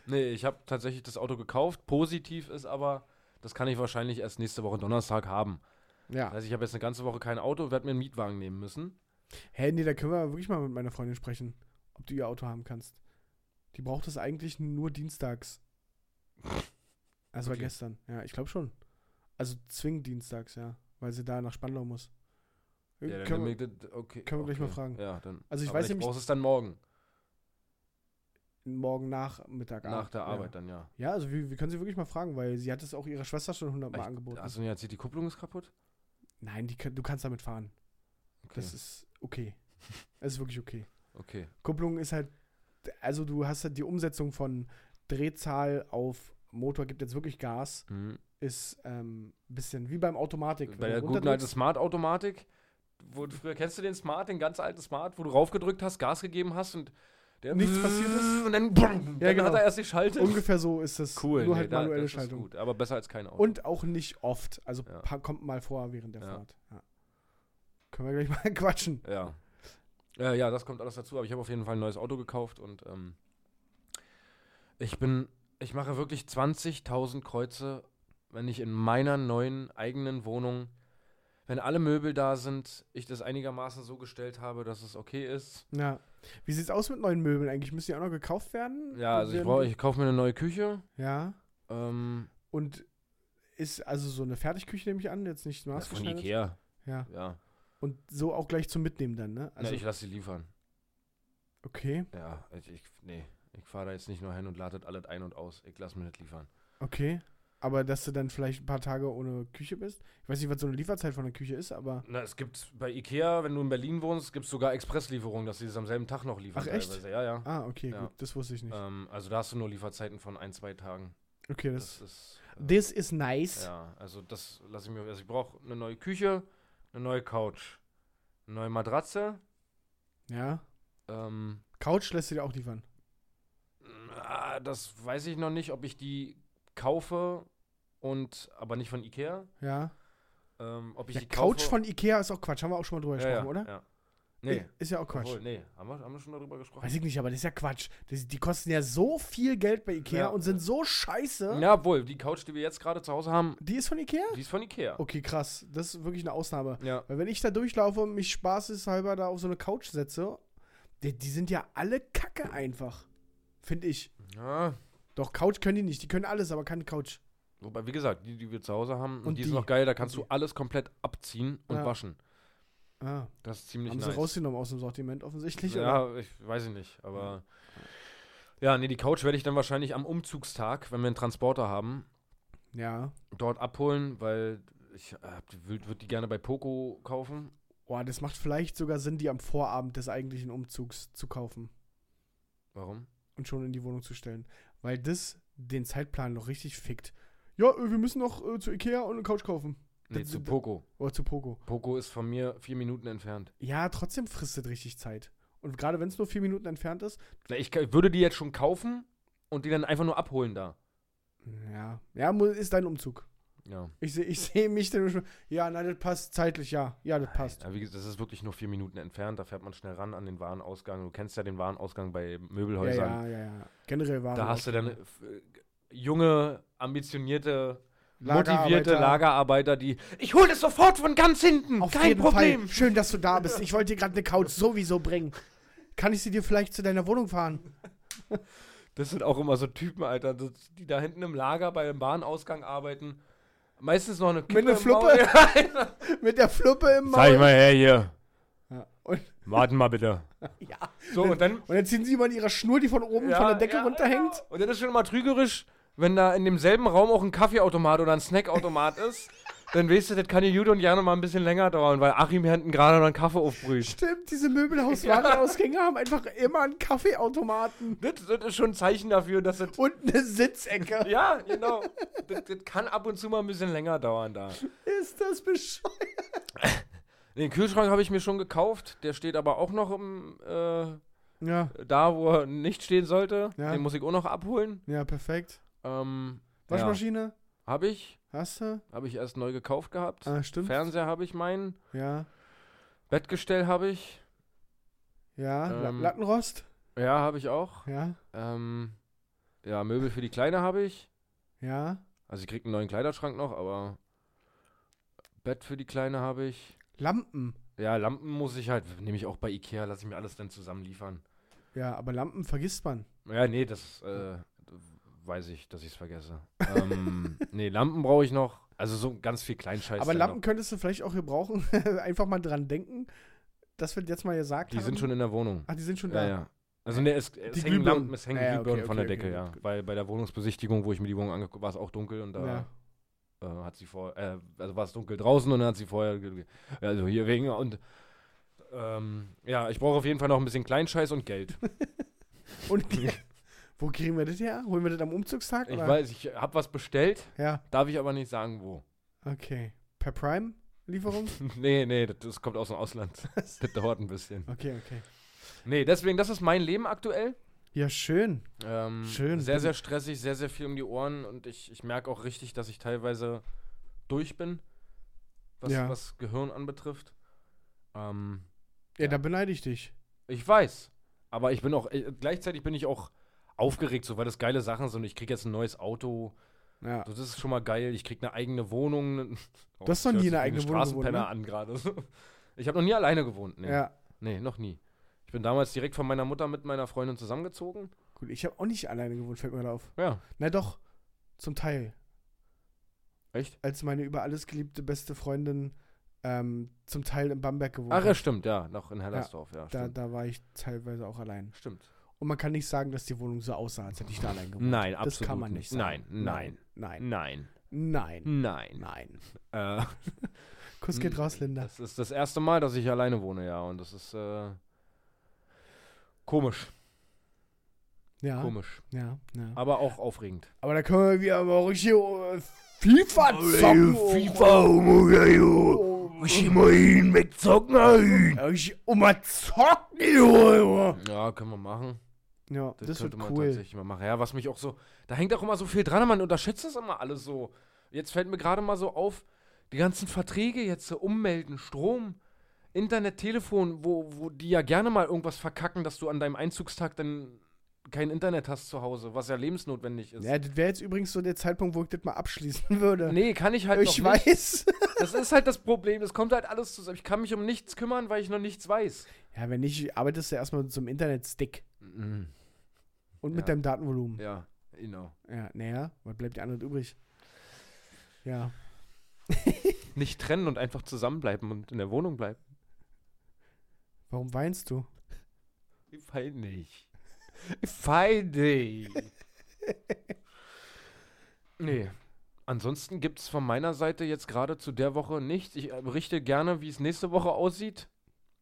A: nee, ich habe tatsächlich das Auto gekauft. Positiv ist aber, das kann ich wahrscheinlich erst nächste Woche Donnerstag haben. Das
D: Ja.
A: heißt, ich habe jetzt eine ganze Woche kein Auto, werde mir einen Mietwagen nehmen müssen.
D: Hä, nee, da können wir wirklich mal mit meiner Freundin sprechen, ob du ihr Auto haben kannst. Die braucht es eigentlich nur dienstags. Also
A: Okay.
D: war gestern. Ja, ich glaube schon. Also zwingend dienstags, ja. Weil sie da nach Spandau muss.
A: Ja, dann
D: Können wir-
A: nimm ich das- okay,
D: können wir gleich mal
A: okay.
D: fragen.
A: Ja, dann.
D: Also ich
A: aber
D: weiß
A: ich
D: nämlich-
A: brauchst es dann morgen,
D: morgen Nachmittag
A: nach der Arbeit
D: Ja,
A: dann, ja.
D: ja also wir, wir können sie wirklich mal fragen, weil sie hat es auch ihrer Schwester schon hundertmal
A: Ich-
D: angeboten.
A: Achso, ja, jetzt sieht die Kupplung ist kaputt.
D: Nein, die, kann- du kannst damit fahren.
A: Okay.
D: Das ist okay. Es ist wirklich okay.
A: okay.
D: Kupplung ist halt, also du hast halt die Umsetzung von Drehzahl auf Motor gibt jetzt wirklich Gas,
A: Mhm.
D: ist ähm, bisschen wie beim Automatik.
A: Bei
D: wenn
A: der
D: du
A: guten alten
D: runterdrückst.
A: Smart-Automatik, wo du früher kennst du den Smart, den ganz alten Smart, wo du raufgedrückt hast, Gas gegeben hast und der
D: Nichts passiert ist.
A: Und dann, bumm,
D: Ja,
A: dann
D: genau.
A: hat er erst die Schalte.
D: Ungefähr so ist es.
A: Cool,
D: Nur
A: nee,
D: halt
A: da-
D: manuelle
A: das
D: Schaltung.
A: Ist gut, aber besser als kein Auto.
D: Und auch nicht oft. Also
A: Ja.
D: pa- kommt mal vor während der
A: Ja.
D: Fahrt. Ja. Können wir gleich mal quatschen.
A: ja. ja, ja, das kommt alles dazu. Aber ich habe auf jeden Fall ein neues Auto gekauft und ähm, ich bin, ich mache wirklich 20.000 Kreuze, wenn ich in meiner neuen eigenen Wohnung, wenn alle Möbel da sind, ich das einigermaßen so gestellt habe, dass es okay ist.
D: Ja. Wie sieht's aus mit neuen Möbeln eigentlich? Müssen die auch noch gekauft werden?
A: Ja, also ich brauche, ich kaufe mir eine neue Küche.
D: Ja.
A: Ähm,
D: Und ist also so eine Fertigküche, nehme ich an, jetzt nicht
A: ja, von
D: maßgeschneidert.
A: Ikea.
D: Ja.
A: Ja.
D: Und so auch gleich zum Mitnehmen dann, ne?
A: Also
D: Also,
A: Na, ich lasse sie liefern.
D: okay,
A: Ja, ich, ich nee, ich fahre da jetzt nicht nur hin und lade das alles ein und aus. Ich lasse mir das liefern.
D: okay. Aber dass du dann vielleicht ein paar Tage ohne Küche bist. Ich weiß nicht, was so eine Lieferzeit von der Küche ist, aber.
A: Na, es gibt bei Ikea, wenn du in Berlin wohnst, gibt es sogar Expresslieferungen, dass sie es am selben Tag noch liefern.
D: Ach, echt?
A: teilweise. Ja, ja.
D: Ah, okay,
A: Ja.
D: gut, das wusste ich nicht.
A: Ähm, also da hast du nur Lieferzeiten von ein, zwei Tagen.
D: Okay,
A: Das
D: das.
A: ist. Äh,
D: This is nice.
A: ja, also das lasse ich mir. Also ich brauche eine neue Küche, eine neue Couch, eine neue Matratze.
D: Ja.
A: Ähm,
D: Couch lässt du dir auch liefern.
A: ah, das weiß ich noch nicht, ob ich die kaufe und aber nicht von Ikea.
D: Ja.
A: Ähm, ob ich
D: Ja,
A: die
D: Couch
A: kaufe,
D: von Ikea ist auch Quatsch. Haben wir auch schon mal drüber
A: ja,
D: gesprochen,
A: ja,
D: oder?
A: Ja. Nee,
D: Ist ja auch Quatsch.
A: obwohl, nee, haben wir, haben wir schon darüber gesprochen.
D: Weiß ich nicht, aber das ist ja Quatsch. Das, die kosten ja so viel Geld bei Ikea
A: Ja.
D: und sind so scheiße.
A: Ja, obwohl, die Couch, die wir jetzt gerade zu Hause haben,
D: Die ist von Ikea?
A: die ist von Ikea.
D: Okay, krass. Das ist wirklich eine Ausnahme.
A: Ja.
D: Weil wenn ich da durchlaufe und mich spaßeshalber da auf so eine Couch setze, die, die sind ja alle kacke einfach. Finde ich.
A: ja.
D: Doch, Couch können die nicht. Die können alles, aber keine Couch.
A: Wobei, wie gesagt, die, die wir zu Hause haben, und
D: Und
A: die,
D: die.
A: ist noch geil, da kannst
D: Und
A: du
D: die.
A: alles komplett abziehen und
D: Ja.
A: waschen.
D: Ah,
A: Das ist ziemlich
D: haben sie
A: nice.
D: rausgenommen aus dem Sortiment offensichtlich. aber-
A: ja, ich weiß ich nicht, aber. Ja, nee, die Couch werde ich dann wahrscheinlich am Umzugstag, wenn wir einen Transporter haben,
D: ja.
A: dort abholen, weil ich würde die gerne bei Poco kaufen.
D: Boah, das macht vielleicht sogar Sinn, die am Vorabend des eigentlichen Umzugs zu kaufen
A: Warum?
D: und schon in die Wohnung zu stellen. Weil das den Zeitplan noch richtig fickt. Ja, äh, wir müssen noch äh, zu Ikea und eine Couch kaufen.
A: Nee,
D: Das-
A: zu
D: das-
A: Poco.
D: Oder zu Pogo.
A: Poco ist von mir vier Minuten entfernt.
D: Ja, trotzdem fristet richtig Zeit. Und gerade wenn es nur vier Minuten entfernt ist,
A: Na, ich, ka- würde die jetzt schon kaufen und die dann einfach nur abholen da.
D: Ja. Ja, mu- ist dein Umzug.
A: Ja.
D: Ich sehe ich seh mich dann schon. Ja, na, das passt zeitlich, ja. Ja, das passt.
A: Ja, wie gesagt, das ist wirklich nur vier Minuten entfernt. Da fährt man schnell ran an den Warenausgang. Du kennst ja den Warenausgang bei
D: Ja,
A: Möbelhäusern.
D: ja, ja, ja. Generell war
A: Da hast du dann äh, f- äh, junge, ambitionierte, motivierte
D: Lagerarbeiter.
A: Lagerarbeiter, die ich hol das sofort von ganz hinten.
D: Auf
A: Kein
D: jeden
A: Problem.
D: Fall. Schön, dass du da bist. Ich wollte dir gerade eine Couch sowieso bringen. Kann ich sie dir vielleicht zu deiner Wohnung fahren?
A: Das sind auch immer so Typen, Alter, so- die da hinten im Lager bei dem Bahnausgang arbeiten. Meistens noch eine Kippe
D: einer
A: im
D: ne Fluppe?
A: Maul.
D: Mit der Fluppe im
A: Zeig
D: Maul.
A: mal her hier.
D: Ja. Und,
A: Warten mal bitte.
D: ja.
A: So, und dann
D: und dann ziehen sie immer an ihrer Schnur, die von oben von der Decke
A: ja,
D: runterhängt.
A: ja. Und dann ist schon immer trügerisch, wenn da in demselben Raum auch ein Kaffeeautomat oder ein Snackautomat ist. Dann weißt du, das kann die Jude und Jana mal ein bisschen länger dauern, weil Achim hier hinten gerade noch einen Kaffee aufbrüht.
D: Stimmt, diese Möbelhaus-Warenausgänge haben einfach immer einen Kaffeeautomaten
A: Das, das ist schon ein Zeichen dafür, dass das.
D: und eine Sitzecke.
A: Ja, genau. Das, das kann ab und zu mal ein bisschen länger dauern da.
D: Ist das bescheuert?
A: Den Kühlschrank habe ich mir schon gekauft. Der steht aber auch noch im, äh,
D: Ja,
A: da, wo er nicht stehen sollte.
D: Ja.
A: Den muss ich auch noch abholen.
D: ja, perfekt.
A: Ähm,
D: Waschmaschine?
A: Ja. Habe ich.
D: Hast du?
A: Habe ich erst neu gekauft gehabt.
D: Ah, stimmt.
A: Fernseher habe ich meinen.
D: Ja.
A: Bettgestell habe ich.
D: Ja, La-
A: Ähm.
D: Lattenrost?
A: Ja, habe ich auch.
D: Ja.
A: Ähm, ja, Möbel für die Kleine habe ich.
D: Ja.
A: Also ich krieg einen neuen Kleiderschrank noch, aber Bett für die Kleine habe ich.
D: Lampen.
A: Ja, Lampen muss ich halt, nehme ich auch bei Ikea, lasse ich mir alles dann zusammen liefern.
D: Ja, aber Lampen vergisst man.
A: Ja, nee, das äh, weiß ich, dass ich es vergesse. ähm, nee, Lampen brauche ich noch. Also so ganz viel Kleinscheiß.
D: aber
A: dann
D: Lampen
A: noch.
D: könntest du vielleicht auch hier brauchen. Einfach mal dran denken, dass wir jetzt mal gesagt
A: Die
D: haben.
A: sind schon in der Wohnung.
D: Ach, die sind schon
A: Ja,
D: da.
A: ja. Also ne, es,
D: Die
A: es hängen
D: Glühbirnen.
A: Lampen, es hängen
D: Ja, ja,
A: Glühbirnen
D: okay,
A: von
D: okay,
A: der
D: okay,
A: Decke, ja.
D: gut, gut.
A: Weil bei der Wohnungsbesichtigung, wo ich mir die Wohnung angeguckt war es auch dunkel und da
D: Ja.
A: äh, hat sie vor, äh, also war es dunkel draußen und dann hat sie vorher, ge- ge- also hier wegen und ähm, ja, ich brauche auf jeden Fall noch ein bisschen Kleinscheiß und Geld.
D: Und wo kriegen wir das her? Holen wir das am Umzugstag?
A: Ich
D: oder?
A: weiß, ich habe was bestellt,
D: Ja,
A: darf ich aber nicht sagen wo.
D: okay. Per Prime-Lieferung?
A: nee, nee, das, das kommt aus dem Ausland. Das dauert ein bisschen.
D: Okay, okay.
A: Nee, deswegen, das ist mein Leben aktuell.
D: Ja, schön.
A: Ähm,
D: Schön.
A: Sehr, sehr stressig, sehr, sehr viel um die Ohren und ich, ich merke auch richtig, dass ich teilweise durch bin, was,
D: Ja.
A: was Gehirn anbetrifft. Ähm,
D: Ja,
A: Ja.
D: da beneide ich dich.
A: ich weiß, aber ich bin auch, äh, gleichzeitig bin ich auch aufgeregt, so weil das geile Sachen sind. Ich krieg jetzt ein neues Auto,
D: Ja.
A: das ist schon mal geil. Ich krieg eine eigene Wohnung. Oh,
D: Du hast noch
A: ich
D: nie
A: hör
D: eine
A: sich wie
D: eigene Wohnung gewohnt,
A: Straßenpenner
D: ne?
A: an gerade. so. Ich habe noch nie alleine gewohnt. Nee.
D: Ja.
A: nee, noch nie. Ich bin damals direkt von meiner Mutter mit meiner Freundin zusammengezogen.
D: Gut, ich habe auch nicht alleine gewohnt, fällt mir gerade auf.
A: Ja,
D: Na doch, zum Teil.
A: echt?
D: Als meine über alles geliebte beste Freundin ähm, zum Teil in Bamberg gewohnt
A: Ach ja,
D: hat,
A: stimmt, ja, noch in Hellersdorf, ja.
D: da,
A: stimmt.
D: da war ich teilweise auch allein.
A: stimmt.
D: Und man kann nicht sagen, dass die Wohnung so aussah, als hätte ich da allein gewohnt.
A: Nein,
D: das
A: absolut
D: kann man nicht sagen.
A: Nein, nein, Hm.
D: Nein,
A: nein,
D: nein,
A: nein.
D: nein.
A: Äh,
D: Kuss geht
A: Mm,
D: raus, Linda.
A: das ist das erste Mal, dass ich alleine wohne, ja, und das ist äh, komisch,
D: Ja,
A: komisch,
D: ja, ja.
A: aber auch aufregend.
D: Aber da können wir wieder mal richtig äh, FIFA zocken.
C: Ich mal ihn wegzocken, Alter.
D: Richtig immer zocken, Junge.
A: Ja, können wir machen.
D: Ja,
A: Das,
D: das, wird
A: könnte man
D: cool.
A: tatsächlich mal machen. Ja, was mich auch so, da hängt auch immer so viel dran, man unterschätzt das immer alles so. Jetzt fällt mir gerade mal so auf, die ganzen Verträge jetzt so ummelden, Strom, Internet, Telefon, wo, wo die ja gerne mal irgendwas verkacken, dass du an deinem Einzugstag dann kein Internet hast zu Hause, was ja lebensnotwendig ist.
D: Ja, das wäre jetzt übrigens so der Zeitpunkt, wo ich das mal abschließen würde.
A: Nee, kann ich halt
D: ich
A: noch nicht.
D: weiß.
A: Das ist halt das Problem, das kommt halt alles zusammen. Ich kann mich um nichts kümmern, weil ich noch nichts weiß.
D: Ja, wenn nicht, arbeitest du erstmal mit so einem Internetstick Mhm. und
A: Ja.
D: mit deinem Datenvolumen.
A: Ja, genau.
D: Ja, naja, was bleibt dir anderes übrig? Ja.
A: Nicht trennen und einfach zusammenbleiben und in der Wohnung bleiben.
D: Warum weinst du?
A: Feindig. Feindig. nee. Ansonsten gibt es von meiner Seite jetzt gerade zu der Woche nichts. Ich äh, berichte gerne, wie es nächste Woche aussieht.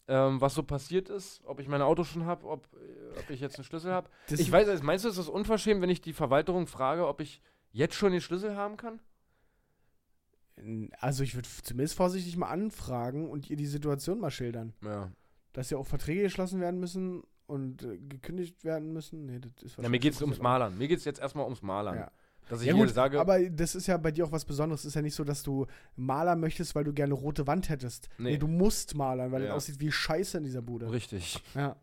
A: Ähm, was so passiert ist, ob ich mein Auto schon habe, ob, äh, ob ich jetzt einen Schlüssel habe.
D: Das-
A: Ich weiß, es- meinst du, es ist unverschämt, wenn ich die Verwaltung frage, ob ich jetzt schon den Schlüssel haben kann?
D: Also ich würde zumindest vorsichtig mal anfragen und ihr die Situation mal schildern.
A: Ja.
D: Dass ja auch Verträge geschlossen werden müssen und äh, gekündigt werden müssen. Nee, das ist
A: mir
D: wahrscheinlich
A: geht es
D: schon
A: ums
D: passiert,
A: Malern. Mir geht es jetzt erstmal ums
D: aber-
A: Malern.
D: Ja.
A: Dass ich
D: Ja,
A: hier
D: gut,
A: sage,
D: aber das ist ja bei dir auch was Besonderes. Es ist ja nicht so, dass du Maler möchtest, weil du gerne rote Wand hättest.
A: Nee.
D: Nee, du musst malern, weil
A: Ja.
D: das aussieht wie Scheiße in dieser Bude.
A: richtig.
D: Ja.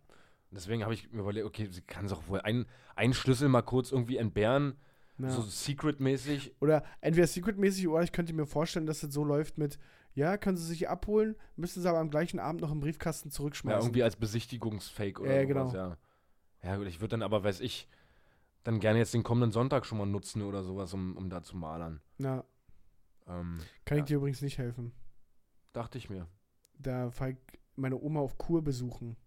A: Deswegen habe ich mir überlegt, okay, sie kann es auch wohl ein, einen Schlüssel mal kurz irgendwie entbehren,
D: ja.
A: so secret-mäßig.
D: Oder entweder secretmäßig oder ich könnte mir vorstellen, dass das so läuft mit, ja, können sie sich abholen, müssen sie aber am gleichen Abend noch im Briefkasten
A: Ja,
D: zurückschmeißen.
A: irgendwie als Besichtigungsfake oder
D: Ja, ja,
A: sowas,
D: genau.
A: ja. Ja, gut, ich würde dann aber, weiß ich, dann gerne jetzt den kommenden Sonntag schon mal nutzen oder sowas, um, um da zu malern.
D: Na,
A: Ähm,
D: kann
A: Ja.
D: ich dir übrigens nicht helfen.
A: dachte ich mir.
D: Da fahr ich meine Oma auf Kur besuchen.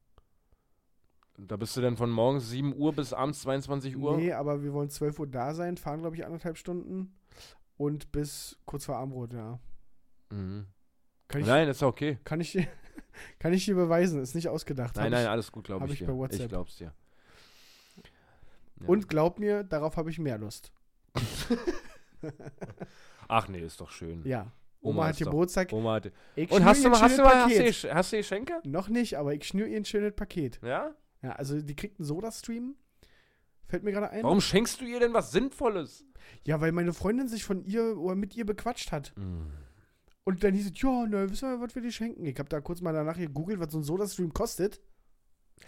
A: Da bist du dann von morgens 7 Uhr bis abends 22 Uhr?
D: Nee, aber wir wollen 12 Uhr da sein, fahren, glaube ich, anderthalb Stunden und bis kurz vor Armbrot, ja.
A: Mhm.
D: Kann ich,
A: Nein, ist ja okay.
D: Kann, ich, dir- kann ich dir beweisen, ist nicht ausgedacht.
A: Nein,
D: Hab
A: nein,
D: ich.
A: alles gut, glaube
D: hab
A: ich, dir.
D: ich bei WhatsApp.
A: Ich glaub's dir. Ja.
D: Und glaub mir, darauf habe ich mehr Lust.
A: Ach nee, ist doch schön.
D: Ja.
A: Hm. Oma
D: Oma,
A: ist
D: hat
A: doch-
D: Geburtstag.
A: Oma hat,
D: Ich
A: und
D: schnür
A: hast du
D: ihr ein
A: mal, hast du
D: schönes
A: mal, hast du,
D: Paket.
A: die- hast du die Schenke?
D: Noch nicht, aber ich schnür ihr ein schönes Paket.
A: Ja?
D: Ja, also die kriegt einen Soda-Stream. Fällt mir gerade ein.
A: Warum schenkst du ihr denn was Sinnvolles?
D: Ja, weil meine Freundin sich von ihr oder mit ihr bequatscht hat.
A: Hm.
D: Und dann hieß es, ja, ne, wissen wir, was wir dir schenken. Ich habe da kurz mal danach gegoogelt, was so ein Soda-Stream kostet.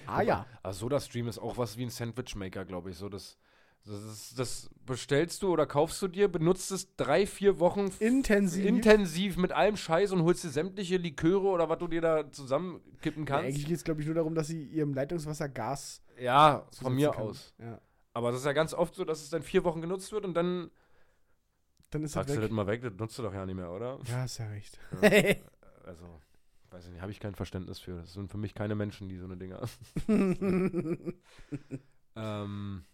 D: Ah ja.
A: Aber Soda-Stream ist auch was wie ein Sandwich-Maker, glaube ich. So, das, das, ist, das bestellst du oder kaufst du dir, benutzt es drei, vier Wochen f-
D: Intensiv.
A: intensiv mit allem Scheiß und holst dir sämtliche Liköre oder was du dir da zusammenkippen
D: Ja,
A: kannst.
D: eigentlich geht es, glaube ich, nur darum, dass sie ihrem Leitungswasser Gas
A: Ja, von
D: zusetzen
A: mir
D: kann.
A: aus.
D: Ja.
A: Aber das ist ja ganz oft so, dass es dann vier Wochen genutzt wird und dann
D: Dann ist das
A: packst du das
D: weg.
A: mal weg, das nutzt du doch ja nicht mehr, oder?
D: Ja, ist ja recht.
A: Also, weiß ich nicht, habe ich kein Verständnis für. Das sind für mich keine Menschen, die so eine Dinger. ähm,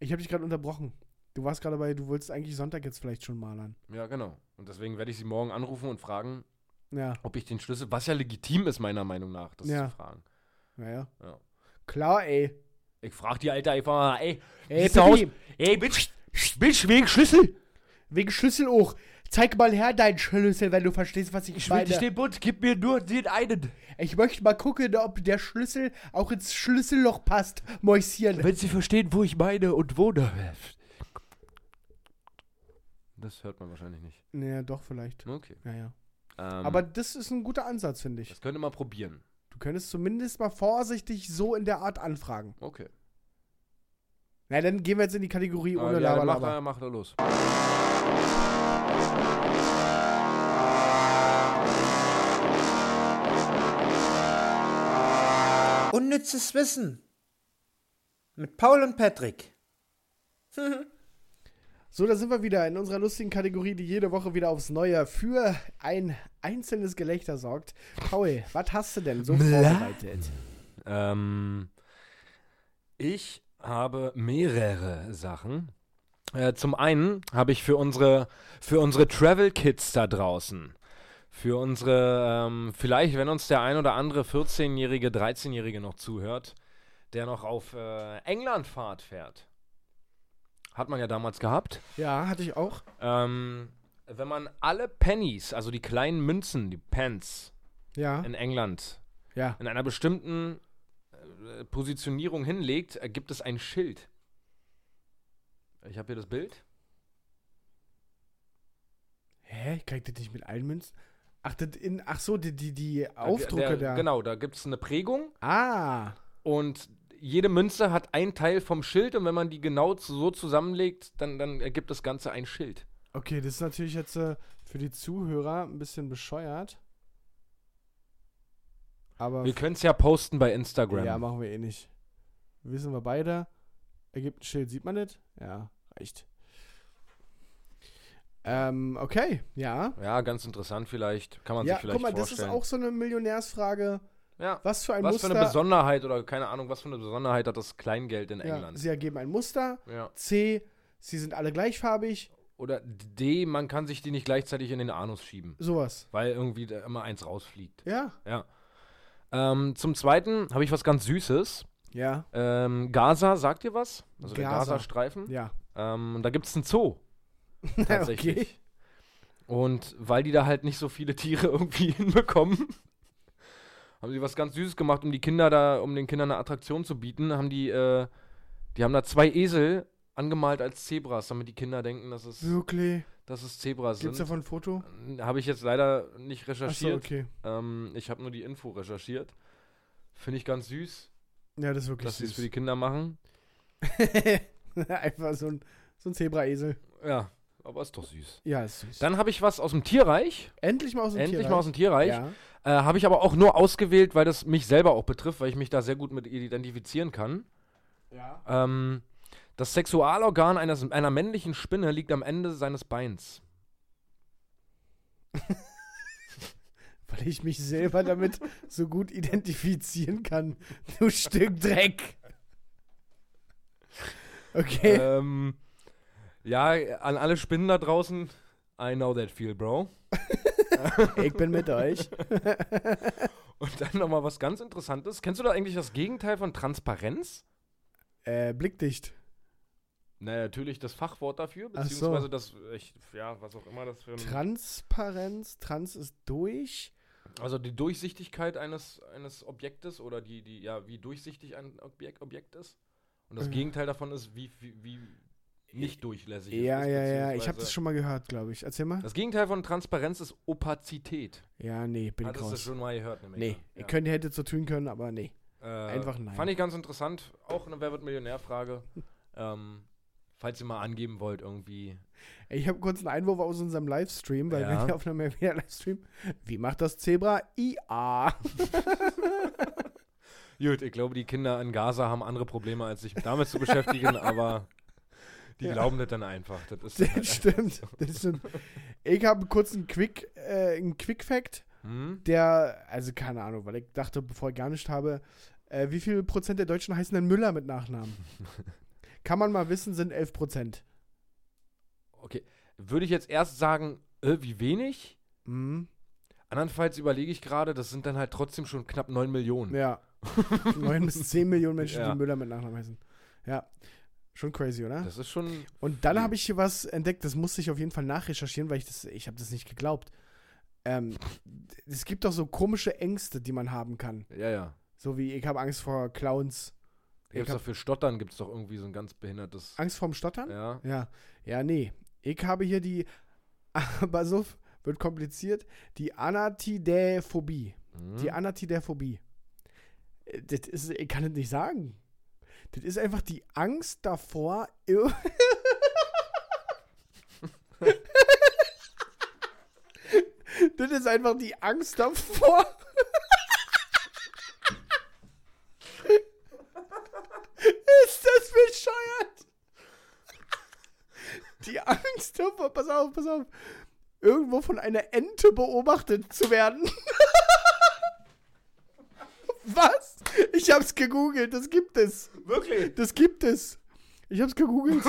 D: ich habe dich gerade unterbrochen. Du warst gerade bei, du wolltest eigentlich Sonntag jetzt vielleicht schon malern.
A: ja, genau. Und deswegen werde ich sie morgen anrufen und fragen,
D: Ja,
A: ob ich den Schlüssel, was ja legitim ist, meiner Meinung nach, das
D: Ja.
A: zu fragen.
D: naja.
A: Ja.
D: Klar, ey.
A: Ich frage die Alte einfach mal, ey,
D: Ey,
A: Siehst du aus-
D: Pippi,
A: ey, Bitch, Bitch, wegen Schlüssel.
D: wegen Schlüssel auch. Zeig mal her deinen Schlüssel, wenn du verstehst, was ich,
A: Ich will
D: meine.
A: dich den Bund, gib mir nur den einen.
D: Ich möchte mal gucken, ob der Schlüssel auch ins Schlüsselloch passt, Mäuschen.
A: Wenn sie verstehen, wo ich meine und wohne. Das hört man wahrscheinlich nicht.
D: Naja, doch, vielleicht.
A: Okay.
D: Ja, ja.
A: Ähm,
D: Aber das ist ein guter Ansatz, finde ich.
A: das könnte man probieren.
D: Du könntest zumindest mal vorsichtig so in der Art anfragen.
A: Okay.
D: Na, dann gehen wir jetzt in die Kategorie
A: Ah,
D: ohne
A: ja,
D: Laber,
A: dann mach,
D: Laber.
A: da, mach da los.
E: Unnützes Wissen. Mit Paul und Patrick.
D: So, da sind wir wieder in unserer lustigen Kategorie, die jede Woche wieder aufs Neue für ein einzelnes Gelächter sorgt. Paul, was hast du denn so vorbereitet?
A: Ähm, ich habe mehrere Sachen. Äh, zum einen habe ich für unsere, für unsere Travel Kids da draußen, für unsere, ähm, vielleicht, wenn uns der ein oder andere 14-Jährige, 13-Jährige noch zuhört, der noch auf äh, Englandfahrt fährt. Hat man ja damals gehabt.
D: Ja, hatte ich auch.
A: Ähm, wenn man alle Pennies, also die kleinen Münzen, die Pence
D: Ja,
A: in England
D: ja.
A: in einer bestimmten äh, Positionierung hinlegt, ergibt es ein Schild. Ich habe hier das Bild.
D: Hä? Kann ich das nicht mit allen Münzen? Ach, das in, ach so, die, die, die
A: der,
D: Aufdrucke da.
A: Genau, da gibt es eine Prägung
D: Ah,
A: und jede Münze hat einen Teil vom Schild und wenn man die genau zu- so zusammenlegt, dann, dann ergibt das Ganze ein Schild.
D: okay, das ist natürlich jetzt äh, für die Zuhörer ein bisschen bescheuert. Aber
A: Wir können es ja posten bei
D: ja,
A: Instagram.
D: machen wir eh nicht. Wissen wir beide. Ergibt ein Schild, sieht man das? Ja, reicht. Ähm, okay, ja.
A: Ja, ganz interessant vielleicht. Kann man
D: Ja,
A: sich vielleicht
D: guck mal, das
A: vorstellen.
D: ist auch so eine Millionärsfrage.
A: ja.
D: Was für ein
A: Was für
D: Muster.
A: eine Besonderheit oder keine Ahnung, was für eine Besonderheit hat das Kleingeld in
D: ja,
A: England?
D: sie ergeben ein Muster.
A: ja.
D: C, sie sind alle gleichfarbig.
A: Oder D, man kann sich die nicht gleichzeitig in den Anus schieben.
D: Sowas.
A: weil irgendwie da immer eins rausfliegt.
D: Ja.
A: Ähm, zum Zweiten habe ich was ganz Süßes.
D: Ja.
A: Ähm, Gaza, sagt ihr was? Also der
D: Gaza.
A: Gaza-Streifen.
D: Ja.
A: Ähm, da gibt es einen Zoo. Tatsächlich. Und weil die da halt nicht so viele Tiere irgendwie hinbekommen, haben sie was ganz Süßes gemacht, um die Kinder da, um den Kindern eine Attraktion zu bieten, haben die, äh, die haben da zwei Esel angemalt als Zebras, damit die Kinder denken, dass es,
D: Wirklich?
A: dass es Zebras
D: Gibt's
A: sind.
D: davon ein Foto?
A: Habe ich jetzt leider nicht
D: Achso,
A: recherchiert.
D: okay.
A: ähm, ich habe nur die Info recherchiert. Finde ich ganz süß,
D: Ja, das ist wirklich
A: dass sie es für die
D: süß.
A: Kinder machen.
D: Einfach so ein, so ein Zebraesel.
A: Ja, aber ist doch süß.
D: Ja, ist süß.
A: Dann habe ich was aus dem Tierreich.
D: Endlich mal aus dem
A: Endlich
D: Tierreich.
A: mal aus dem Tierreich.
D: Ja.
A: Äh, habe ich aber auch nur ausgewählt, weil das mich selber auch betrifft, weil ich mich da sehr gut mit identifizieren kann.
D: ja.
A: Ähm, das Sexualorgan eines, einer männlichen Spinne liegt am Ende seines Beins.
D: Weil ich mich selber damit so gut identifizieren kann. Du Stück Dreck. Okay.
A: ähm, ja, an alle Spinnen da draußen. I know that feel, bro. Äh,
D: Ich bin mit euch.
A: Und dann nochmal was ganz Interessantes. Kennst du da eigentlich das Gegenteil von Transparenz?
D: Äh, blickdicht.
A: Na, natürlich das Fachwort dafür,
D: Ach so.
A: beziehungsweise das, ich, ja, was auch immer das für ein,
D: Transparenz. Trans ist durch.
A: Also die Durchsichtigkeit eines, eines Objektes oder die, die, ja, wie durchsichtig ein Objekt, Objekt ist. Und das
D: Äh.
A: Gegenteil davon ist, wie, wie, wie nicht durchlässig
D: Ja,
A: es ist.
D: ja, ja. Ich habe
A: beziehungsweise-
D: das schon mal gehört, glaube ich. Erzähl mal.
A: Das Gegenteil von Transparenz ist Opazität.
D: Ja, nee, bin ich
A: Hattest du das
D: raus.
A: schon mal gehört? Nämlich,
D: Nee,
A: ne?
D: ihr könnt, hättet so tun können, aber nee.
A: Äh,
D: einfach nein.
A: Fand ich ganz interessant. Auch eine Wer wird Millionär-Frage. ähm, falls ihr mal angeben wollt, irgendwie.
D: Ey, Ich habe kurz einen Einwurf aus unserem Livestream, weil
A: Ja.
D: wir auf einem wieder Livestream. Wie macht das Zebra? IA.
A: Gut, ich glaube, die Kinder in Gaza haben andere Probleme, als sich damit zu beschäftigen, aber die
D: Ja.
A: glauben das dann einfach. Das ist dann halt
D: Das stimmt. Das stimmt. Ich habe kurz einen Quick, äh, einen Quick Fact,
A: Hm?
D: der, also keine Ahnung, weil ich dachte, bevor ich gar nicht habe, äh, wie viel Prozent der Deutschen heißen denn Müller mit Nachnamen? Kann man mal wissen, sind 11 Prozent.
A: Okay. Würde ich jetzt erst sagen, äh, wie wenig?
D: Mhm.
A: Andernfalls überlege ich gerade, das sind dann halt trotzdem schon knapp 9 Millionen.
D: Ja. 9 bis 10 Millionen Menschen,
A: Ja.
D: die Müller mit Nachnamen heißen. Ja. Schon crazy, oder?
A: Das ist schon.
D: Und dann
A: Viel.
D: habe ich hier was entdeckt, das musste ich auf jeden Fall nachrecherchieren, weil ich das, ich habe das nicht geglaubt. Ähm, es gibt doch so komische Ängste, die man haben kann.
A: Ja, ja.
D: So wie ich habe Angst vor Clowns. Ich
A: Gibt's
D: hab- Ah.
A: doch für Stottern gibt es doch irgendwie so ein ganz behindertes.
D: Angst vorm Stottern?
A: Ja.
D: Ja. Ja, nee. Ich habe hier die, aber so wird kompliziert, die Anatidäphobie. Die Anatidäphobie. Äh, Das ist, ich kann das nicht sagen. Das ist einfach die Angst davor. ir- das ist einfach die Angst davor. ist das bescheuert? Die Angst davor, pass auf, pass auf. Irgendwo von einer Ente beobachtet zu werden. Was? Ich hab's gegoogelt, das gibt es.
A: Wirklich?
D: Das gibt es. Ich hab's gegoogelt.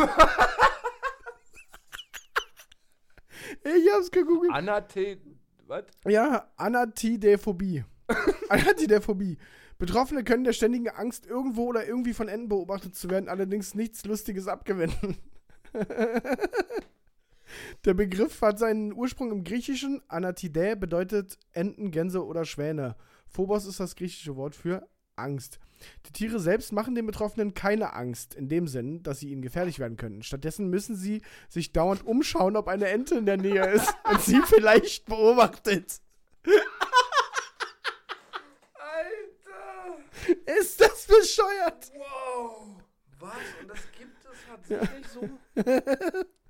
D: ich hab's gegoogelt.
A: Anate. Was?
D: Ja, Anatidäphobie. Anatidäphobie. Betroffene können der ständigen Angst, irgendwo oder irgendwie von Enten beobachtet zu werden, allerdings nichts Lustiges abgewinnen. der Begriff hat seinen Ursprung im Griechischen. Anatidä bedeutet Enten, Gänse oder Schwäne. Phobos ist das griechische Wort für Angst. Die Tiere selbst machen den Betroffenen keine Angst, in dem Sinn, dass sie ihnen gefährlich werden könnten. Stattdessen müssen sie sich dauernd umschauen, ob eine Ente in der Nähe ist und sie vielleicht beobachtet.
A: Alter!
D: Ist das bescheuert?
A: Wow! Was? Und das gibt es tatsächlich so?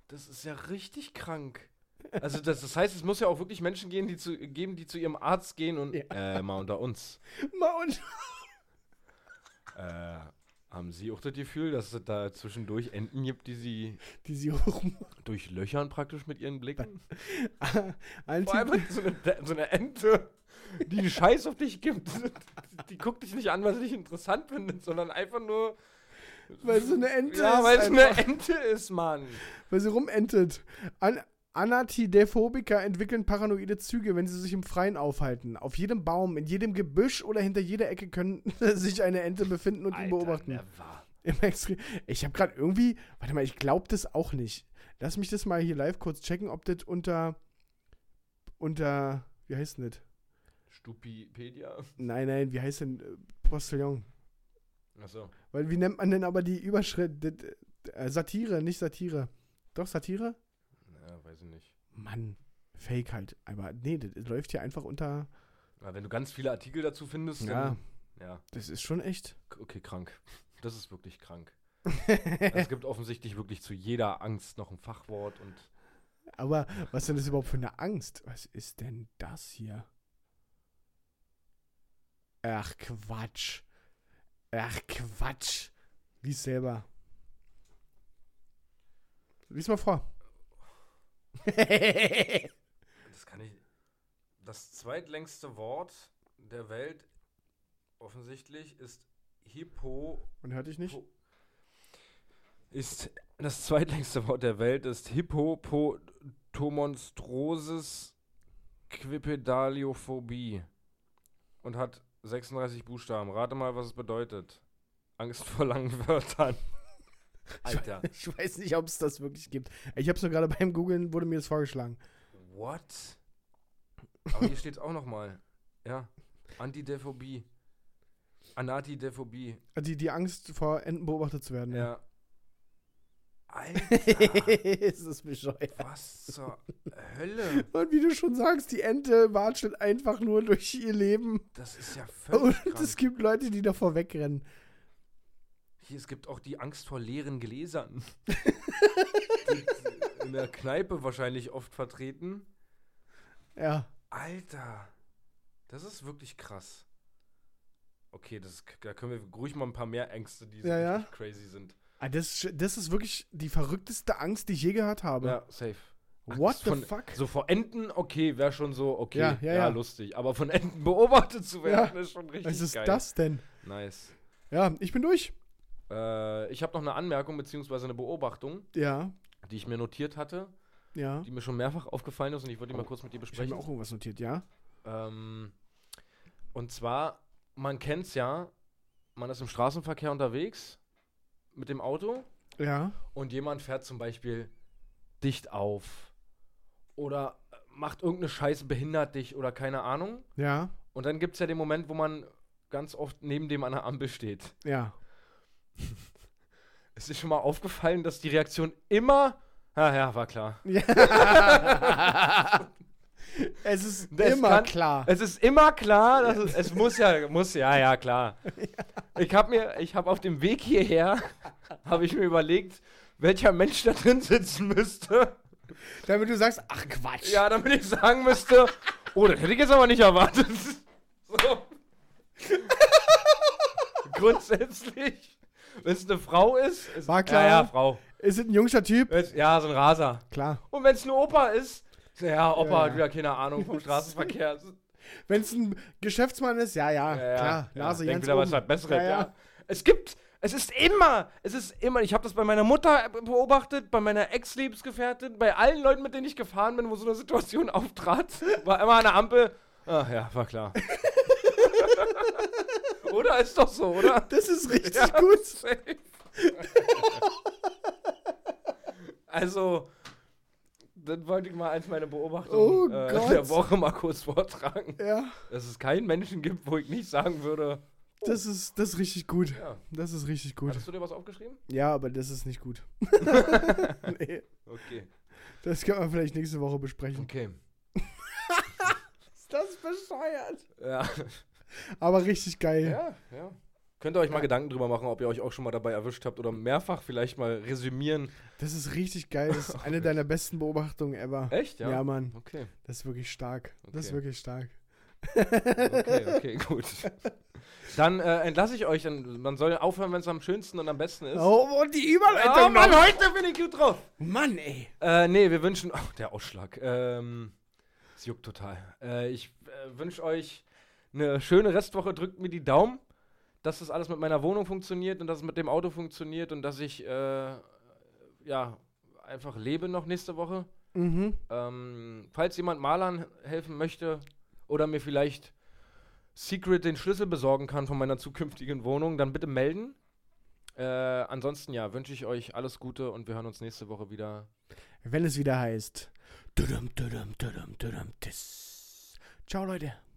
A: Das ist ja richtig krank. Also das, das heißt, es muss ja auch wirklich Menschen gehen, die zu, geben, die zu ihrem Arzt gehen und
D: Ja.
A: äh, mal unter uns.
D: Mal und
A: Äh, haben Sie auch das Gefühl, dass es da zwischendurch Enten gibt, die Sie
D: die sie hoch.
A: durchlöchern praktisch mit ihren Blicken? Vor
D: Anti
A: allem so eine, so eine Ente, die einen Scheiß auf dich gibt. Die guckt dich nicht an, weil sie dich interessant findet, sondern einfach nur,
D: weil so eine Ente
A: ja,
D: ist
A: weil es eine
D: einfach-
A: Ente ist, Mann.
D: weil sie rumentet. An Anatidäphobiker entwickeln paranoide Züge, wenn sie sich im Freien aufhalten. Auf jedem Baum, in jedem Gebüsch oder hinter jeder Ecke können sich eine Ente befinden und ihn beobachten.
A: never.
D: Im Extrem. Ich habe gerade irgendwie, warte mal, ich glaube das auch nicht. Lass mich das mal hier live kurz checken, ob das unter unter wie heißt denn das?
A: Stupipedia.
D: Nein, nein, wie heißt denn äh, Postillon?
A: Achso.
D: Weil wie nennt man denn aber die Überschrift das, äh, Äh, Satire, nicht Satire. Doch, Satire?
A: Ja, weiß ich nicht.
D: Mann, Fake halt. Aber nee, das läuft hier einfach unter.
A: Na, wenn du ganz viele Artikel dazu findest,
D: Ja,
A: dann. Ja,
D: das ist schon echt.
A: k- okay, krank. Das ist wirklich krank. Also, es gibt offensichtlich wirklich zu jeder Angst noch ein Fachwort und.
D: Aber was denn das überhaupt für eine Angst? Was ist denn das hier? Ach Quatsch. Ach Quatsch. Lies selber. Lies mal vor.
A: Das kann ich. Das zweitlängste Wort der Welt offensichtlich ist Hippo.
D: Man hört dich nicht.
A: Ist das zweitlängste Wort der Welt ist Hippopotomonstrosis Quipedaliophobie und hat 36 Buchstaben. Rate mal, was es bedeutet. Angst vor langen Wörtern. Alter.
D: Ich weiß nicht, ob es das wirklich gibt. Ich habe es nur gerade beim Googlen, wurde mir das vorgeschlagen.
A: What? Aber hier steht es auch nochmal. Ja. Antidephobie. Anatidephobie.
D: Also Die, die Angst vor Enten beobachtet zu werden.
A: Ja. Alter,
D: es ist bescheuert.
A: was zur Hölle?
D: Und wie du schon sagst, die Ente watschelt einfach nur durch ihr Leben.
A: Das ist ja völlig
D: Und es
A: krank.
D: gibt Leute, die davor wegrennen.
A: Hier, es gibt auch die Angst vor leeren Gläsern. die, die in der Kneipe wahrscheinlich oft vertreten.
D: Ja.
A: Alter, das ist wirklich krass. Okay, das, ist- da können wir ruhig mal ein paar mehr Ängste, die so
D: Ja, ja.
A: richtig crazy sind.
D: Ah, Das, ist sch- das ist wirklich die verrückteste Angst, die ich je gehört habe.
A: ja, safe.
D: What
A: Angst
D: the
A: von-
D: fuck?
A: So vor Enten, okay, wäre schon so, okay, ja,
D: Ja, ja, ja.
A: lustig. Aber von Enten beobachtet zu werden, ist schon richtig
D: Was ist
A: geil.
D: das denn?
A: Nice.
D: Ja, ich bin durch.
A: Äh, ich habe noch eine Anmerkung beziehungsweise eine Beobachtung,
D: Ja,
A: die ich mir notiert hatte,
D: ja.
A: die mir schon mehrfach aufgefallen ist und Oh. ich wollte die mal kurz mit dir
D: Ich habe
A: besprechen.
D: mir auch irgendwas notiert, ja?
A: Ähm, und zwar, man kennt's ja, man ist im Straßenverkehr unterwegs mit dem Auto
D: Ja.
A: und jemand fährt zum Beispiel dicht auf oder macht irgendeine Scheiße, behindert dich oder keine Ahnung.
D: Ja.
A: Und dann gibt es ja den Moment, wo man ganz oft neben dem an der Ampel steht.
D: Ja.
A: Es ist schon mal aufgefallen, dass die Reaktion immer, ah ja, war klar.
D: ja. es ist
A: Das
D: immer
A: kann-
D: klar.
A: Es ist immer klar, dass es, es muss ja, muss ja, ja, klar. Ich habe mir, ich habe auf dem Weg hierher, habe ich mir überlegt, welcher Mensch da drin sitzen müsste.
D: Damit du sagst, ach Quatsch.
A: Ja, damit ich sagen müsste, oh, das hätte ich jetzt aber nicht erwartet. So. Grundsätzlich, wenn es eine Frau ist, ist
D: War klar.
A: Ja, ja, Frau.
D: Ist es ein jungscher Typ?
A: Wenn's- Ja, so ein Raser.
D: Klar.
A: Und wenn es ein Opa ist, na ja, Opa
D: Ja, ja.
A: hat wieder keine Ahnung vom Straßenverkehr.
D: Wenn es ein Geschäftsmann ist, ja, ja,
A: Ja, ja,
D: klar.
A: ja.
D: Nase,
A: Denk
D: ganz
A: wieder was
D: oben.
A: was Besseres.
D: Ja,
A: Ja,
D: ja.
A: Es gibt, es ist immer, es ist immer, ich habe das bei meiner Mutter beobachtet, bei meiner Ex-Lebensgefährtin, bei allen Leuten, mit denen ich gefahren bin, wo so eine Situation auftrat, war immer eine Ampel. Ach ja, war klar. oder? Ist doch so, oder?
D: Das ist richtig
A: Ja,
D: gut.
A: safe. also, das wollte ich mal als meine Beobachtung
D: Oh
A: äh,
D: Gott.
A: der Woche mal kurz vortragen.
D: Ja,
A: Dass es keinen Menschen gibt, wo ich nicht sagen würde,
D: das ist, das ist richtig gut.
A: ja,
D: Das ist richtig gut.
A: hattest du dir was aufgeschrieben?
D: Ja, aber das ist nicht gut. nee,
A: Okay.
D: das können wir vielleicht nächste Woche besprechen.
A: Okay.
D: Ist das bescheuert?
A: Ja.
D: Aber richtig geil.
A: ja, ja. Könnt ihr euch mal Gedanken drüber machen, ob ihr euch auch schon mal dabei erwischt habt oder mehrfach vielleicht mal resümieren.
D: Das ist richtig geil. Das ist eine deiner besten Beobachtungen ever.
A: Echt?
D: Ja, Mann.
A: Okay.
D: Das ist wirklich stark. Das ist
A: Okay.
D: wirklich stark.
A: Okay, okay, gut. Dann äh, entlasse ich euch. Dann, man soll aufhören, wenn es am schönsten und am besten ist.
D: Oh, und die
A: Ja,
D: Überleitung.
A: Mann,
D: noch.
A: heute bin ich gut drauf.
D: Mann ey.
A: Äh, nee, wir wünschen. Oh, der Ausschlag. Ähm, es juckt total. Äh, ich äh, wünsche euch eine schöne Restwoche. Drückt mir die Daumen, dass das alles mit meiner Wohnung funktioniert und dass es mit dem Auto funktioniert und dass ich, äh, ja, einfach lebe noch nächste Woche.
D: Mhm.
A: Ähm, falls jemand Malern helfen möchte oder mir vielleicht Secret den Schlüssel besorgen kann von meiner zukünftigen Wohnung, dann bitte melden. Äh, ansonsten ja, wünsche ich euch alles Gute und wir hören uns nächste Woche wieder.
D: Wenn es wieder heißt. Tudum, tudum, tudum, tudum, tis. Ciao, Leute.